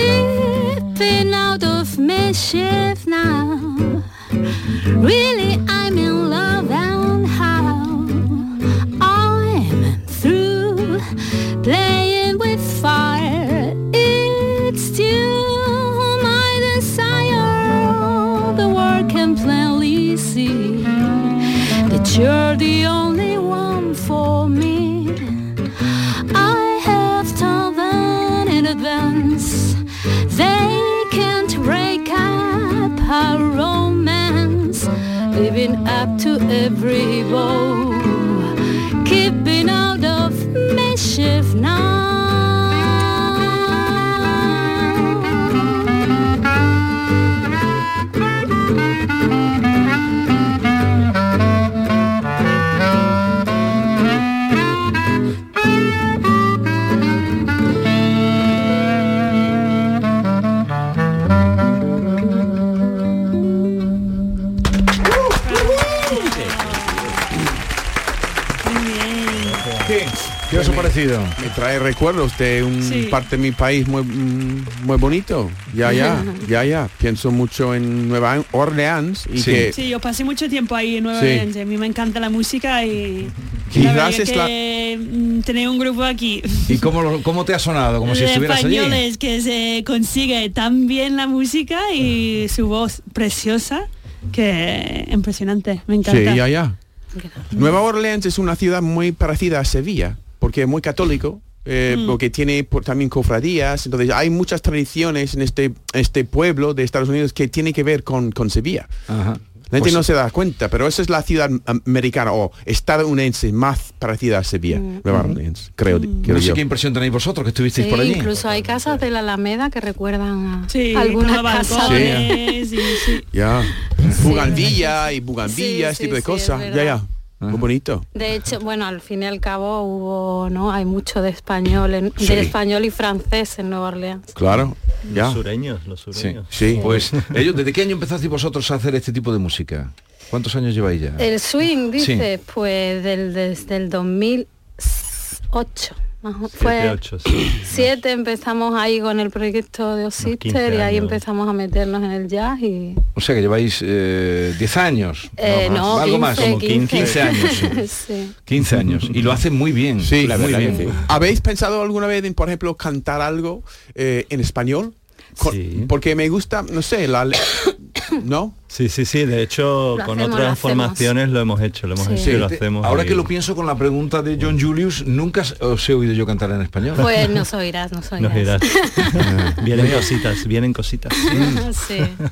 Speaker 14: keeping out of mischief now. Really, I'm in love and how I'm through playing with fire. It's still my desire. All the world can plainly see that you're the only one for me. I have told them in advance they can't break up our romance, living up to every vow, keeping out of mischief now.
Speaker 4: parecido.
Speaker 1: Me trae recuerdos de un
Speaker 4: Sí.
Speaker 1: parte de mi país muy, mm, muy bonito. Ya, ya, ya, ya. Pienso mucho en Nueva Orleans y que
Speaker 2: Sí, yo pasé mucho tiempo ahí en Nueva
Speaker 1: Sí.
Speaker 2: Orleans. A mí me encanta la música y
Speaker 4: Quizás
Speaker 2: la verdad
Speaker 4: es
Speaker 2: que
Speaker 4: la-
Speaker 2: mm, tener un grupo aquí
Speaker 4: ¿Y cómo, lo- cómo te ha sonado? Como si
Speaker 2: de
Speaker 4: estuvieras allí.
Speaker 2: españoles que se consigue tan bien la música
Speaker 4: Ah.
Speaker 2: y su voz preciosa que impresionante. Me
Speaker 1: Sí,
Speaker 2: encanta.
Speaker 1: ya, ya. Nueva Orleans es una ciudad muy parecida a Sevilla, porque es muy católico, eh,
Speaker 2: Mm.
Speaker 1: porque tiene por- también cofradías, entonces hay muchas tradiciones en este, este pueblo de Estados Unidos que tiene que ver con, con Sevilla. La gente
Speaker 4: Pues-
Speaker 1: no se da cuenta, pero esa es la ciudad americana o estadounidense más parecida a Sevilla, Nueva Orleans, creo, creo
Speaker 4: No sé
Speaker 1: yo.
Speaker 4: qué impresión tenéis vosotros que estuvisteis
Speaker 18: Sí,
Speaker 4: por allí.
Speaker 18: Eh, incluso hay casas de la Alameda que recuerdan a
Speaker 2: Sí,
Speaker 18: algunas
Speaker 2: como
Speaker 18: casas.
Speaker 2: balcones y- sí.
Speaker 1: Ya. Bugandilla y Bugandilla,
Speaker 18: Sí,
Speaker 1: ese
Speaker 18: sí,
Speaker 1: tipo de
Speaker 18: sí,
Speaker 1: cosas.
Speaker 18: es
Speaker 1: Ya,
Speaker 18: verdad.
Speaker 1: ya. Muy bonito.
Speaker 18: De hecho, bueno, al fin y al cabo hubo, ¿no? Hay mucho de español, en-
Speaker 1: Sí.
Speaker 18: de español y francés en Nueva Orleans.
Speaker 1: Claro. Ya.
Speaker 19: Los sureños, los sureños.
Speaker 1: Sí.
Speaker 4: Pues, ellos, ¿desde qué año empezasteis vosotros a hacer este tipo de música? ¿Cuántos años lleváis ya?
Speaker 18: El swing, dice, pues del, desde el 2008. más o- Fue siete empezamos ahí con el proyecto de Osister
Speaker 4: 15
Speaker 18: y ahí
Speaker 4: años.
Speaker 18: empezamos a meternos en el jazz y
Speaker 4: O sea que lleváis eh, 10 años.
Speaker 18: eh, no,
Speaker 4: algo más,
Speaker 18: 15,
Speaker 4: como 15, años. sí.
Speaker 18: Sí.
Speaker 4: 15 años. Y lo hacen muy bien.
Speaker 1: Sí,
Speaker 4: la
Speaker 1: muy
Speaker 4: verdad
Speaker 1: bien.
Speaker 4: que sí.
Speaker 1: ¿Habéis pensado alguna vez en, por ejemplo, cantar algo eh, en español? Co- Porque me gusta, no sé, la... le- ¿No?
Speaker 19: Sí, sí, sí. De hecho,
Speaker 4: Lo hacemos,
Speaker 19: con
Speaker 4: lo
Speaker 19: otras
Speaker 4: hacemos.
Speaker 19: formaciones lo hemos hecho, lo hemos hecho y lo hacemos.
Speaker 4: Este, Ahora
Speaker 19: ahí.
Speaker 4: que lo pienso con la pregunta de John Julius, nunca os he oído yo cantar en español.
Speaker 18: Pues nos oirás, nos oirás.
Speaker 19: Nos irás. vienen cositas, vienen cositas.
Speaker 4: Mm.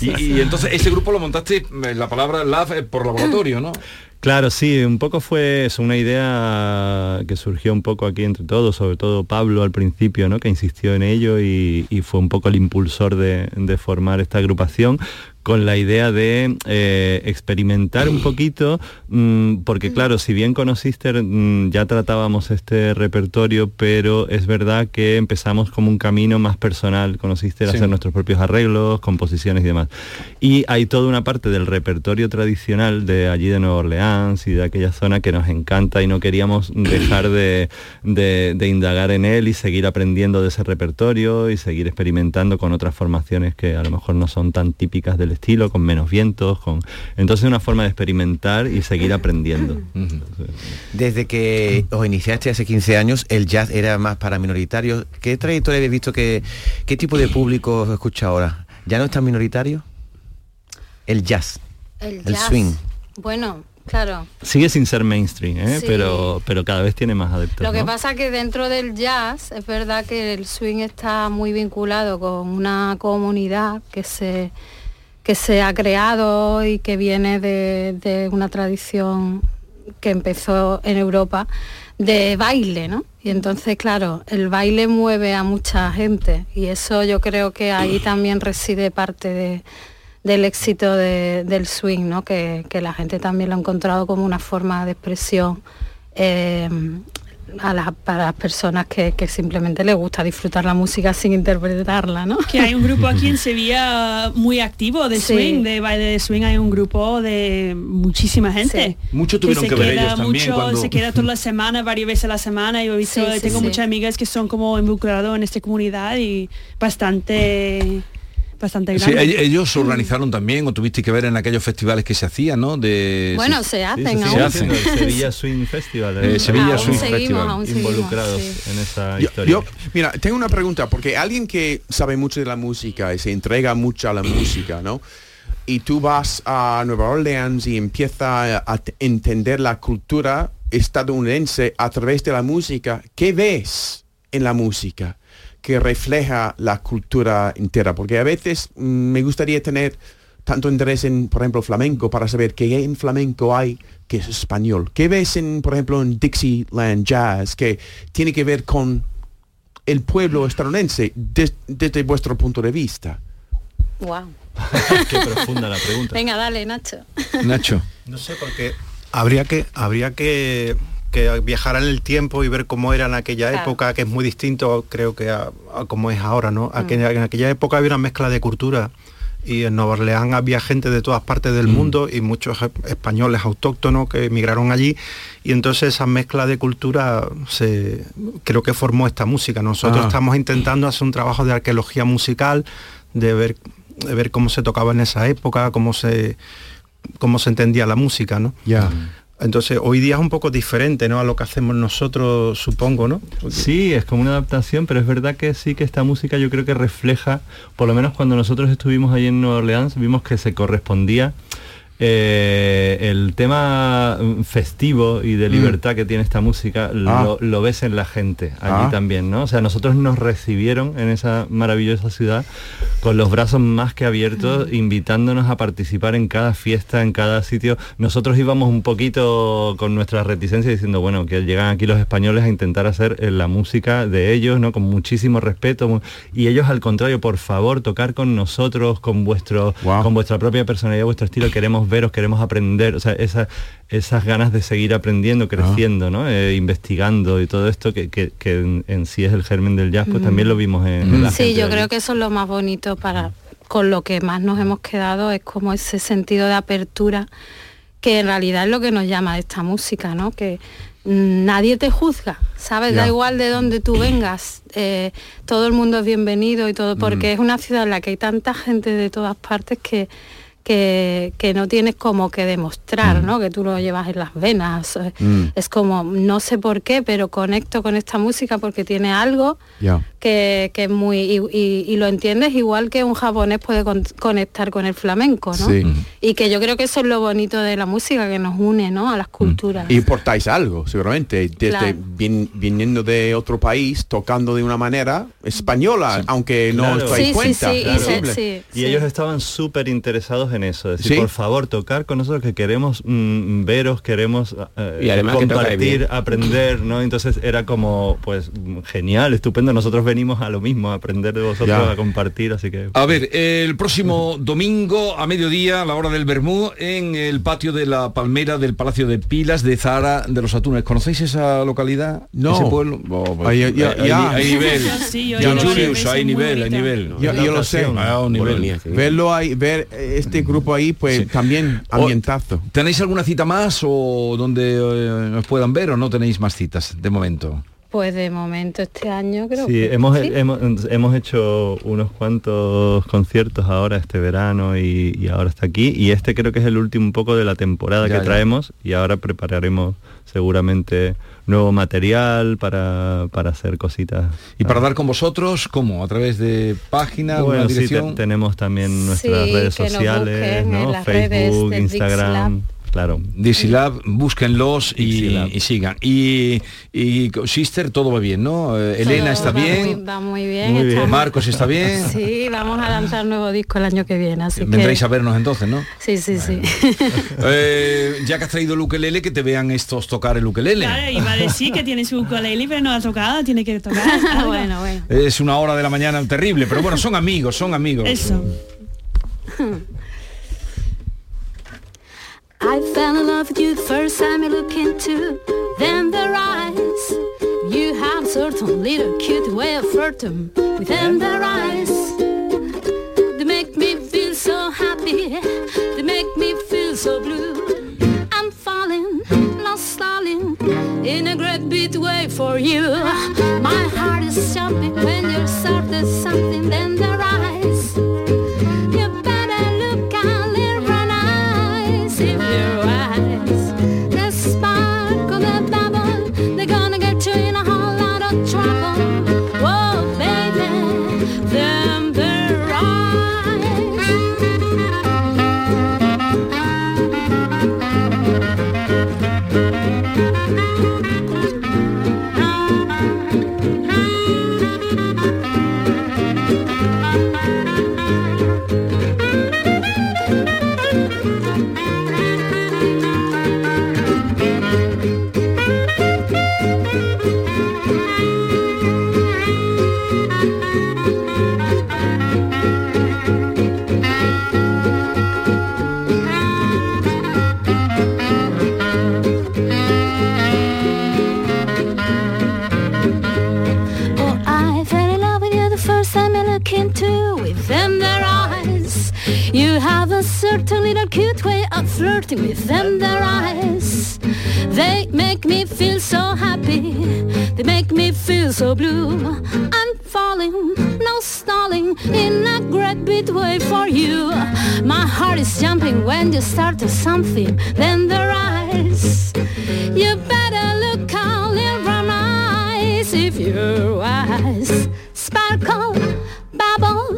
Speaker 18: sí.
Speaker 4: Y, y entonces ese grupo lo montaste eh, la palabra love eh, por laboratorio, ¿no?
Speaker 18: Ah,
Speaker 19: Claro, sí, un poco fue eso, una idea que surgió un poco aquí entre todos, sobre todo Pablo al principio, ¿no? que insistió en ello y, y fue un poco el impulsor de, de formar esta agrupación con la idea de eh, experimentar un poquito, mm, porque claro, si bien con Osister mm, ya tratábamos este repertorio, pero es verdad que empezamos como un camino más personal con Osister,
Speaker 7: Sí.
Speaker 19: hacer nuestros propios arreglos, composiciones y demás. Y hay toda una parte del repertorio tradicional de allí de Nueva Orleans y de aquella zona que nos encanta y no queríamos dejar de, de- de indagar en él y seguir aprendiendo de ese repertorio y seguir experimentando con otras formaciones que a lo mejor no son tan típicas del estilo, con menos vientos, con... Entonces una forma de experimentar y seguir aprendiendo.
Speaker 7: Desde que os iniciaste hace 15 años, el jazz era más para minoritarios. ¿Qué trayectoria habéis visto? que ¿Qué tipo de público os escucha ahora? ¿Ya no es tan minoritario? El jazz.
Speaker 18: El,
Speaker 19: El
Speaker 18: jazz.
Speaker 19: swing.
Speaker 18: Bueno, claro.
Speaker 19: Sigue sin ser mainstream, ¿eh?
Speaker 18: Sí.
Speaker 19: pero, pero cada vez tiene más adeptos.
Speaker 18: Lo que
Speaker 19: ¿no?
Speaker 18: pasa que dentro del jazz es verdad que el swing está muy vinculado con una comunidad que se que se ha creado y que viene de, de una tradición que empezó en Europa de baile, ¿no? Y entonces, claro, el baile mueve a mucha gente y eso yo creo que ahí también reside parte de- del éxito de- del swing, ¿no? Que, que la gente también lo ha encontrado como una forma de expresión eh, a las, para las personas que, que simplemente les gusta disfrutar la música sin interpretarla, ¿no?
Speaker 2: Que hay un grupo aquí en Sevilla eh, muy activo de
Speaker 18: Sí.
Speaker 2: swing, de baile de swing, hay un grupo de muchísima gente.
Speaker 4: Mucho tuvieron
Speaker 2: se
Speaker 4: que ver
Speaker 2: queda
Speaker 4: ellos también
Speaker 2: mucho,
Speaker 4: cuando-
Speaker 2: Se queda toda la semana, varias veces a la semana. Yo he visto,
Speaker 18: Sí, sí,
Speaker 2: tengo
Speaker 18: sí.
Speaker 2: muchas amigas que son como involucradas en esta comunidad y bastante, bastante
Speaker 4: Sí,
Speaker 2: grande.
Speaker 4: ell- ellos se organizaron también, o tuvisteis que ver en aquellos festivales que se hacían, ¿no? De,
Speaker 18: Bueno, se hacen
Speaker 4: se
Speaker 18: aún.
Speaker 4: hacen.
Speaker 19: El Sevilla Swing Festival.
Speaker 4: Eh, Sevilla
Speaker 19: Aún
Speaker 4: Swing
Speaker 19: seguimos,
Speaker 4: Festival.
Speaker 19: aún seguimos, Involucrados sí. en esa historia.
Speaker 1: Yo, mira, tengo una pregunta, porque alguien que sabe mucho de la música y se entrega mucho a la música, ¿no? Y tú vas a Nueva Orleans y empieza a, a t- entender la cultura estadounidense a través de la música, ¿qué ves en la música que refleja la cultura entera? Porque a veces mm, me gustaría tener tanto interés en, por ejemplo, flamenco para saber qué en flamenco hay que es español. ¿Qué ves en, por ejemplo, en Dixieland Jazz que tiene que ver con el pueblo estadounidense des- desde vuestro punto de vista?
Speaker 18: Guau.
Speaker 19: Qué profunda la pregunta.
Speaker 18: Venga, dale, Nacho.
Speaker 4: Nacho.
Speaker 20: No sé por qué. Habría que, habría que, que viajar en el tiempo y ver cómo era en aquella
Speaker 18: Claro.
Speaker 20: época, que es muy distinto creo que a, a como es ahora, ¿no? Aquella- en aquella época había una mezcla de cultura y en Nueva Orleans había gente de todas partes del mundo y muchos e- españoles autóctonos que emigraron allí y entonces esa mezcla de cultura se creo que formó esta música. Nosotros
Speaker 1: Ah.
Speaker 20: estamos intentando hacer un trabajo de arqueología musical, de ver, de ver cómo se tocaba en esa época, cómo se cómo se entendía la música, ¿no?
Speaker 15: Ya.
Speaker 20: Entonces, hoy día es un poco diferente, ¿no? A lo que hacemos nosotros, supongo, ¿no?
Speaker 19: Sí, es como una adaptación, pero es verdad que sí que esta música yo creo que refleja, por lo menos cuando nosotros estuvimos allí en Nueva Orleans, vimos que se correspondía eh, el tema mm, festivo y de
Speaker 21: Mm.
Speaker 19: libertad que tiene esta música,
Speaker 21: Ah.
Speaker 19: lo, lo ves en la gente allí
Speaker 21: Ah.
Speaker 19: también, ¿no? O sea, nosotros nos recibieron en esa maravillosa ciudad con los brazos más que abiertos, invitándonos a participar en cada fiesta, en cada sitio. Nosotros íbamos un poquito con nuestra reticencia diciendo, bueno, que llegan aquí los españoles a intentar hacer eh, la música de ellos, ¿no? Con muchísimo respeto. mu- Y ellos al contrario, por favor, tocar con nosotros, con vuestro, con vuestra propia personalidad, vuestro estilo, queremos veros, queremos aprender. O sea, esa- esas ganas de seguir aprendiendo, creciendo, ¿no? Eh, investigando y todo esto que, que- que en, en sí es el germen del jazz, pues
Speaker 18: Mm.
Speaker 19: también lo vimos en, en la
Speaker 18: Sí,
Speaker 19: gente
Speaker 18: yo
Speaker 19: de
Speaker 18: creo
Speaker 19: allí.
Speaker 18: que eso es lo más bonito para con lo que más nos hemos quedado es como ese sentido de apertura que en realidad es lo que nos llama de esta música, ¿no? Que mm, nadie te juzga, ¿sabes?
Speaker 14: Ya.
Speaker 18: Da igual de dónde tú vengas, eh, todo el mundo es bienvenido y todo, porque
Speaker 14: Mm.
Speaker 18: es una ciudad en la que hay tanta gente de todas partes que, que, que no tienes como que
Speaker 19: Mm.
Speaker 18: demostrar, ¿no? Que tú lo llevas en las venas. eh.
Speaker 14: Mm.
Speaker 18: Es como, no sé por qué, pero conecto con esta música porque tiene algo
Speaker 14: Ya.
Speaker 18: que, que es muy y, y- y lo entiendes igual que un japonés puede con- conectar con el flamenco, ¿no?
Speaker 1: Sí.
Speaker 18: Y que yo creo que eso es lo bonito de la música que nos une, ¿no? A las culturas.
Speaker 1: Y portáis algo, seguramente, desde
Speaker 18: Claro.
Speaker 1: vin- viniendo de otro país, tocando de una manera española, aunque no os dais cuenta. Horrible.
Speaker 19: y ellos estaban súper interesados en eso. Decir,
Speaker 1: Sí.
Speaker 19: por favor, tocar con nosotros que queremos mm, veros, queremos eh,
Speaker 17: Y además que tocáis
Speaker 19: compartir,
Speaker 17: bien.
Speaker 19: aprender, ¿no? Entonces era como, pues, mm, genial, estupendo. Nosotros venimos a lo mismo, a aprender de vosotros,
Speaker 4: Ya.
Speaker 19: a compartir, así que.
Speaker 4: A ver, el próximo domingo a mediodía, a la hora del Bermú, en el patio de la Palmera del Palacio de Pilas de Zahara de los Atunes. ¿Conocéis esa localidad?
Speaker 1: No.
Speaker 4: Ese pueblo. Oh, pues,
Speaker 1: Ay, ya-
Speaker 4: hay-
Speaker 1: ya-
Speaker 4: hay,
Speaker 1: ya.
Speaker 4: hay nivel.
Speaker 1: Yo sí, yo
Speaker 4: John
Speaker 1: lo sé,
Speaker 4: Julius,
Speaker 1: es
Speaker 4: hay
Speaker 1: muy
Speaker 4: nivel, hay
Speaker 1: bonita.
Speaker 4: nivel.
Speaker 1: Yo, yo lo sé.
Speaker 4: Ah, un nivel.
Speaker 1: Verlo ahí, ver eh, este grupo ahí, pues también ambientazo.
Speaker 4: ¿Tenéis alguna cita más o donde eh, nos puedan ver o no tenéis más citas de momento?
Speaker 18: Pues de momento este año creo
Speaker 19: Sí,
Speaker 18: que
Speaker 19: hemos,
Speaker 18: sí.
Speaker 19: hemos- hemos hecho unos cuantos conciertos ahora este verano y, y ahora está aquí. Y este creo que es el último un poco de la temporada
Speaker 4: Ya,
Speaker 19: que
Speaker 4: ya.
Speaker 19: traemos y ahora prepararemos seguramente nuevo material para, para hacer cositas.
Speaker 4: Y para dar con vosotros, ¿cómo? ¿A través de página,
Speaker 19: Bueno,
Speaker 4: alguna
Speaker 19: sí, te-
Speaker 4: dirección?
Speaker 19: tenemos también nuestras
Speaker 18: Sí,
Speaker 19: redes
Speaker 18: que nos
Speaker 19: sociales,
Speaker 18: busquen en
Speaker 19: ¿no?
Speaker 18: las redes
Speaker 19: Facebook,
Speaker 18: de
Speaker 19: Instagram. Claro.
Speaker 4: Dixilab, búsquenlos y, y sigan. Y, y con Sister todo va bien, ¿no? Eh, Elena
Speaker 18: Todo
Speaker 4: está
Speaker 18: va
Speaker 4: bien. Eh,
Speaker 18: muy- va muy bien.
Speaker 4: Muy bien.
Speaker 18: estamos-
Speaker 4: Marcos está bien.
Speaker 18: Sí, vamos a lanzar nuevo disco el año que viene, así
Speaker 4: Vendréis
Speaker 18: que...
Speaker 4: a vernos entonces, ¿no?
Speaker 18: Sí, sí, sí.
Speaker 4: Eh, ya que has traído el ukelele, que te vean estos tocar el ukelele.
Speaker 2: Claro, iba a decir que tiene su ukulele, pero no ha tocado, tiene que tocar. bueno,
Speaker 18: bueno.
Speaker 4: Es una hora de la mañana terrible, pero bueno, son amigos, son amigos.
Speaker 2: Eso.
Speaker 14: I fell in love with you the first time you look into them their eyes. You have certain little cute way of flirting with them their eyes. They make me feel so happy. They make me feel so blue. I'm falling, not stalling, in a great big way for you. My heart is jumping when you started something. Then their eyes. You better look a little nice if you're wise. The sparkle, the bubble, they're gonna get you in a whole lot of trouble. Whoa, baby, them their eyes. Oh, little cute way of flirting with them, their eyes. They make me feel so happy. They make me feel so blue. I'm falling, no stalling, in a great big way for you. My heart is jumping when you start to something, then their eyes. You better look out, little brown eyes, if you're wise. Sparkle, bubble,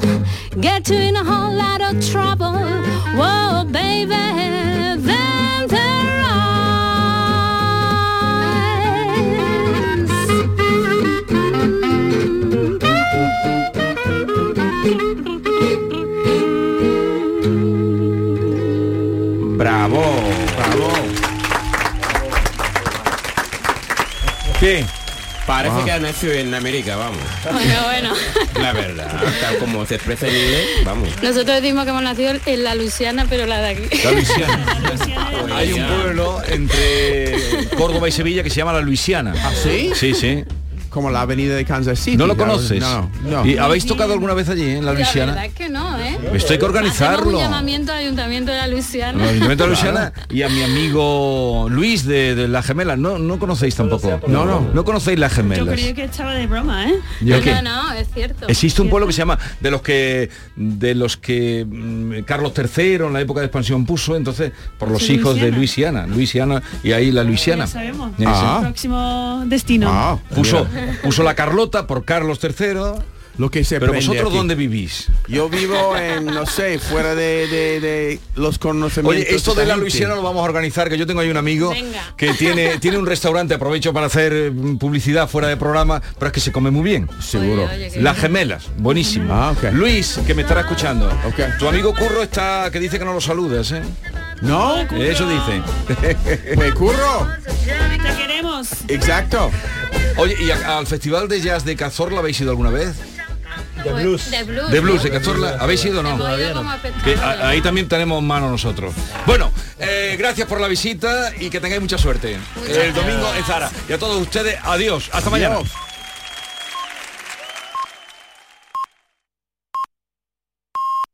Speaker 14: get you in a whole lot of trouble. Whoa, baby, then their
Speaker 3: Bravo, bravo.
Speaker 4: Bien.
Speaker 3: Parece
Speaker 4: Ah.
Speaker 3: que ha nacido en América, vamos.
Speaker 18: Bueno, bueno.
Speaker 3: La verdad, tal como se expresa en inglés, vamos.
Speaker 18: Nosotros decimos que hemos nacido en la Luisiana, pero la de aquí.
Speaker 4: La Luisiana. Hay un pueblo entre Córdoba y Sevilla que se llama La Luisiana. ¿Ah,
Speaker 1: sí?
Speaker 4: Sí, sí.
Speaker 1: Como la avenida de Kansas City.
Speaker 4: ¿No lo
Speaker 1: la-
Speaker 4: conoces?
Speaker 1: No, no.
Speaker 4: ¿Y habéis tocado alguna vez allí, en La
Speaker 18: La
Speaker 4: Luisiana?
Speaker 18: verdad es que no, ¿eh?
Speaker 4: Esto hay que organizarlo.
Speaker 18: Hacemos un llamamiento al Ayuntamiento de la Luisiana.
Speaker 4: Al Ayuntamiento de La Luisiana y a mi amigo Luis de, de Las Gemelas. No, no conocéis tampoco. No, no. No conocéis Las
Speaker 2: Yo
Speaker 4: Gemelas.
Speaker 2: creía que estaba de broma, ¿eh?
Speaker 4: ¿Yo qué?
Speaker 18: no, no, es cierto.
Speaker 4: Existe un pueblo que se llama de los que de los que mm, Carlos III en la época de expansión puso entonces por los
Speaker 2: Sí,
Speaker 4: hijos de Luisiana, Luisiana y ahí la Luisiana.
Speaker 2: Ya sabemos.
Speaker 4: Sí, sí.
Speaker 2: El
Speaker 1: Ah.
Speaker 2: próximo destino.
Speaker 4: Ah, puso puso la Carlota por Carlos III.
Speaker 1: Lo que se
Speaker 4: Pero
Speaker 1: aprende
Speaker 4: vosotros
Speaker 1: aquí.
Speaker 4: dónde vivís?
Speaker 1: Yo vivo en, no sé, fuera de, de- de los conocimientos.
Speaker 4: Oye, esto de la
Speaker 1: esta gente.
Speaker 4: Luisiana lo vamos a organizar, que yo tengo ahí un amigo que tiene, tiene un restaurante, aprovecho para hacer eh, publicidad fuera de programa, pero es que se come muy bien. Seguro. Las gemelas, buenísimo.
Speaker 1: Ah,
Speaker 4: Luis, que me estará escuchando. Tu amigo Curro está, que dice que no lo saludas, ¿eh?
Speaker 1: No,
Speaker 4: eso dice.
Speaker 1: Pues Curro.
Speaker 2: Te queremos.
Speaker 1: Exacto.
Speaker 4: Oye, ¿y a- al Festival de Jazz de Cazorla habéis ido alguna vez?
Speaker 18: De blues. De blues.
Speaker 4: De blues, de Cazorla, ¿habéis ido o no? Que a- ahí también tenemos mano nosotros. Bueno, eh, gracias por la visita y que tengáis mucha suerte. El domingo es Zara. Y a todos ustedes, adiós. Hasta mañana.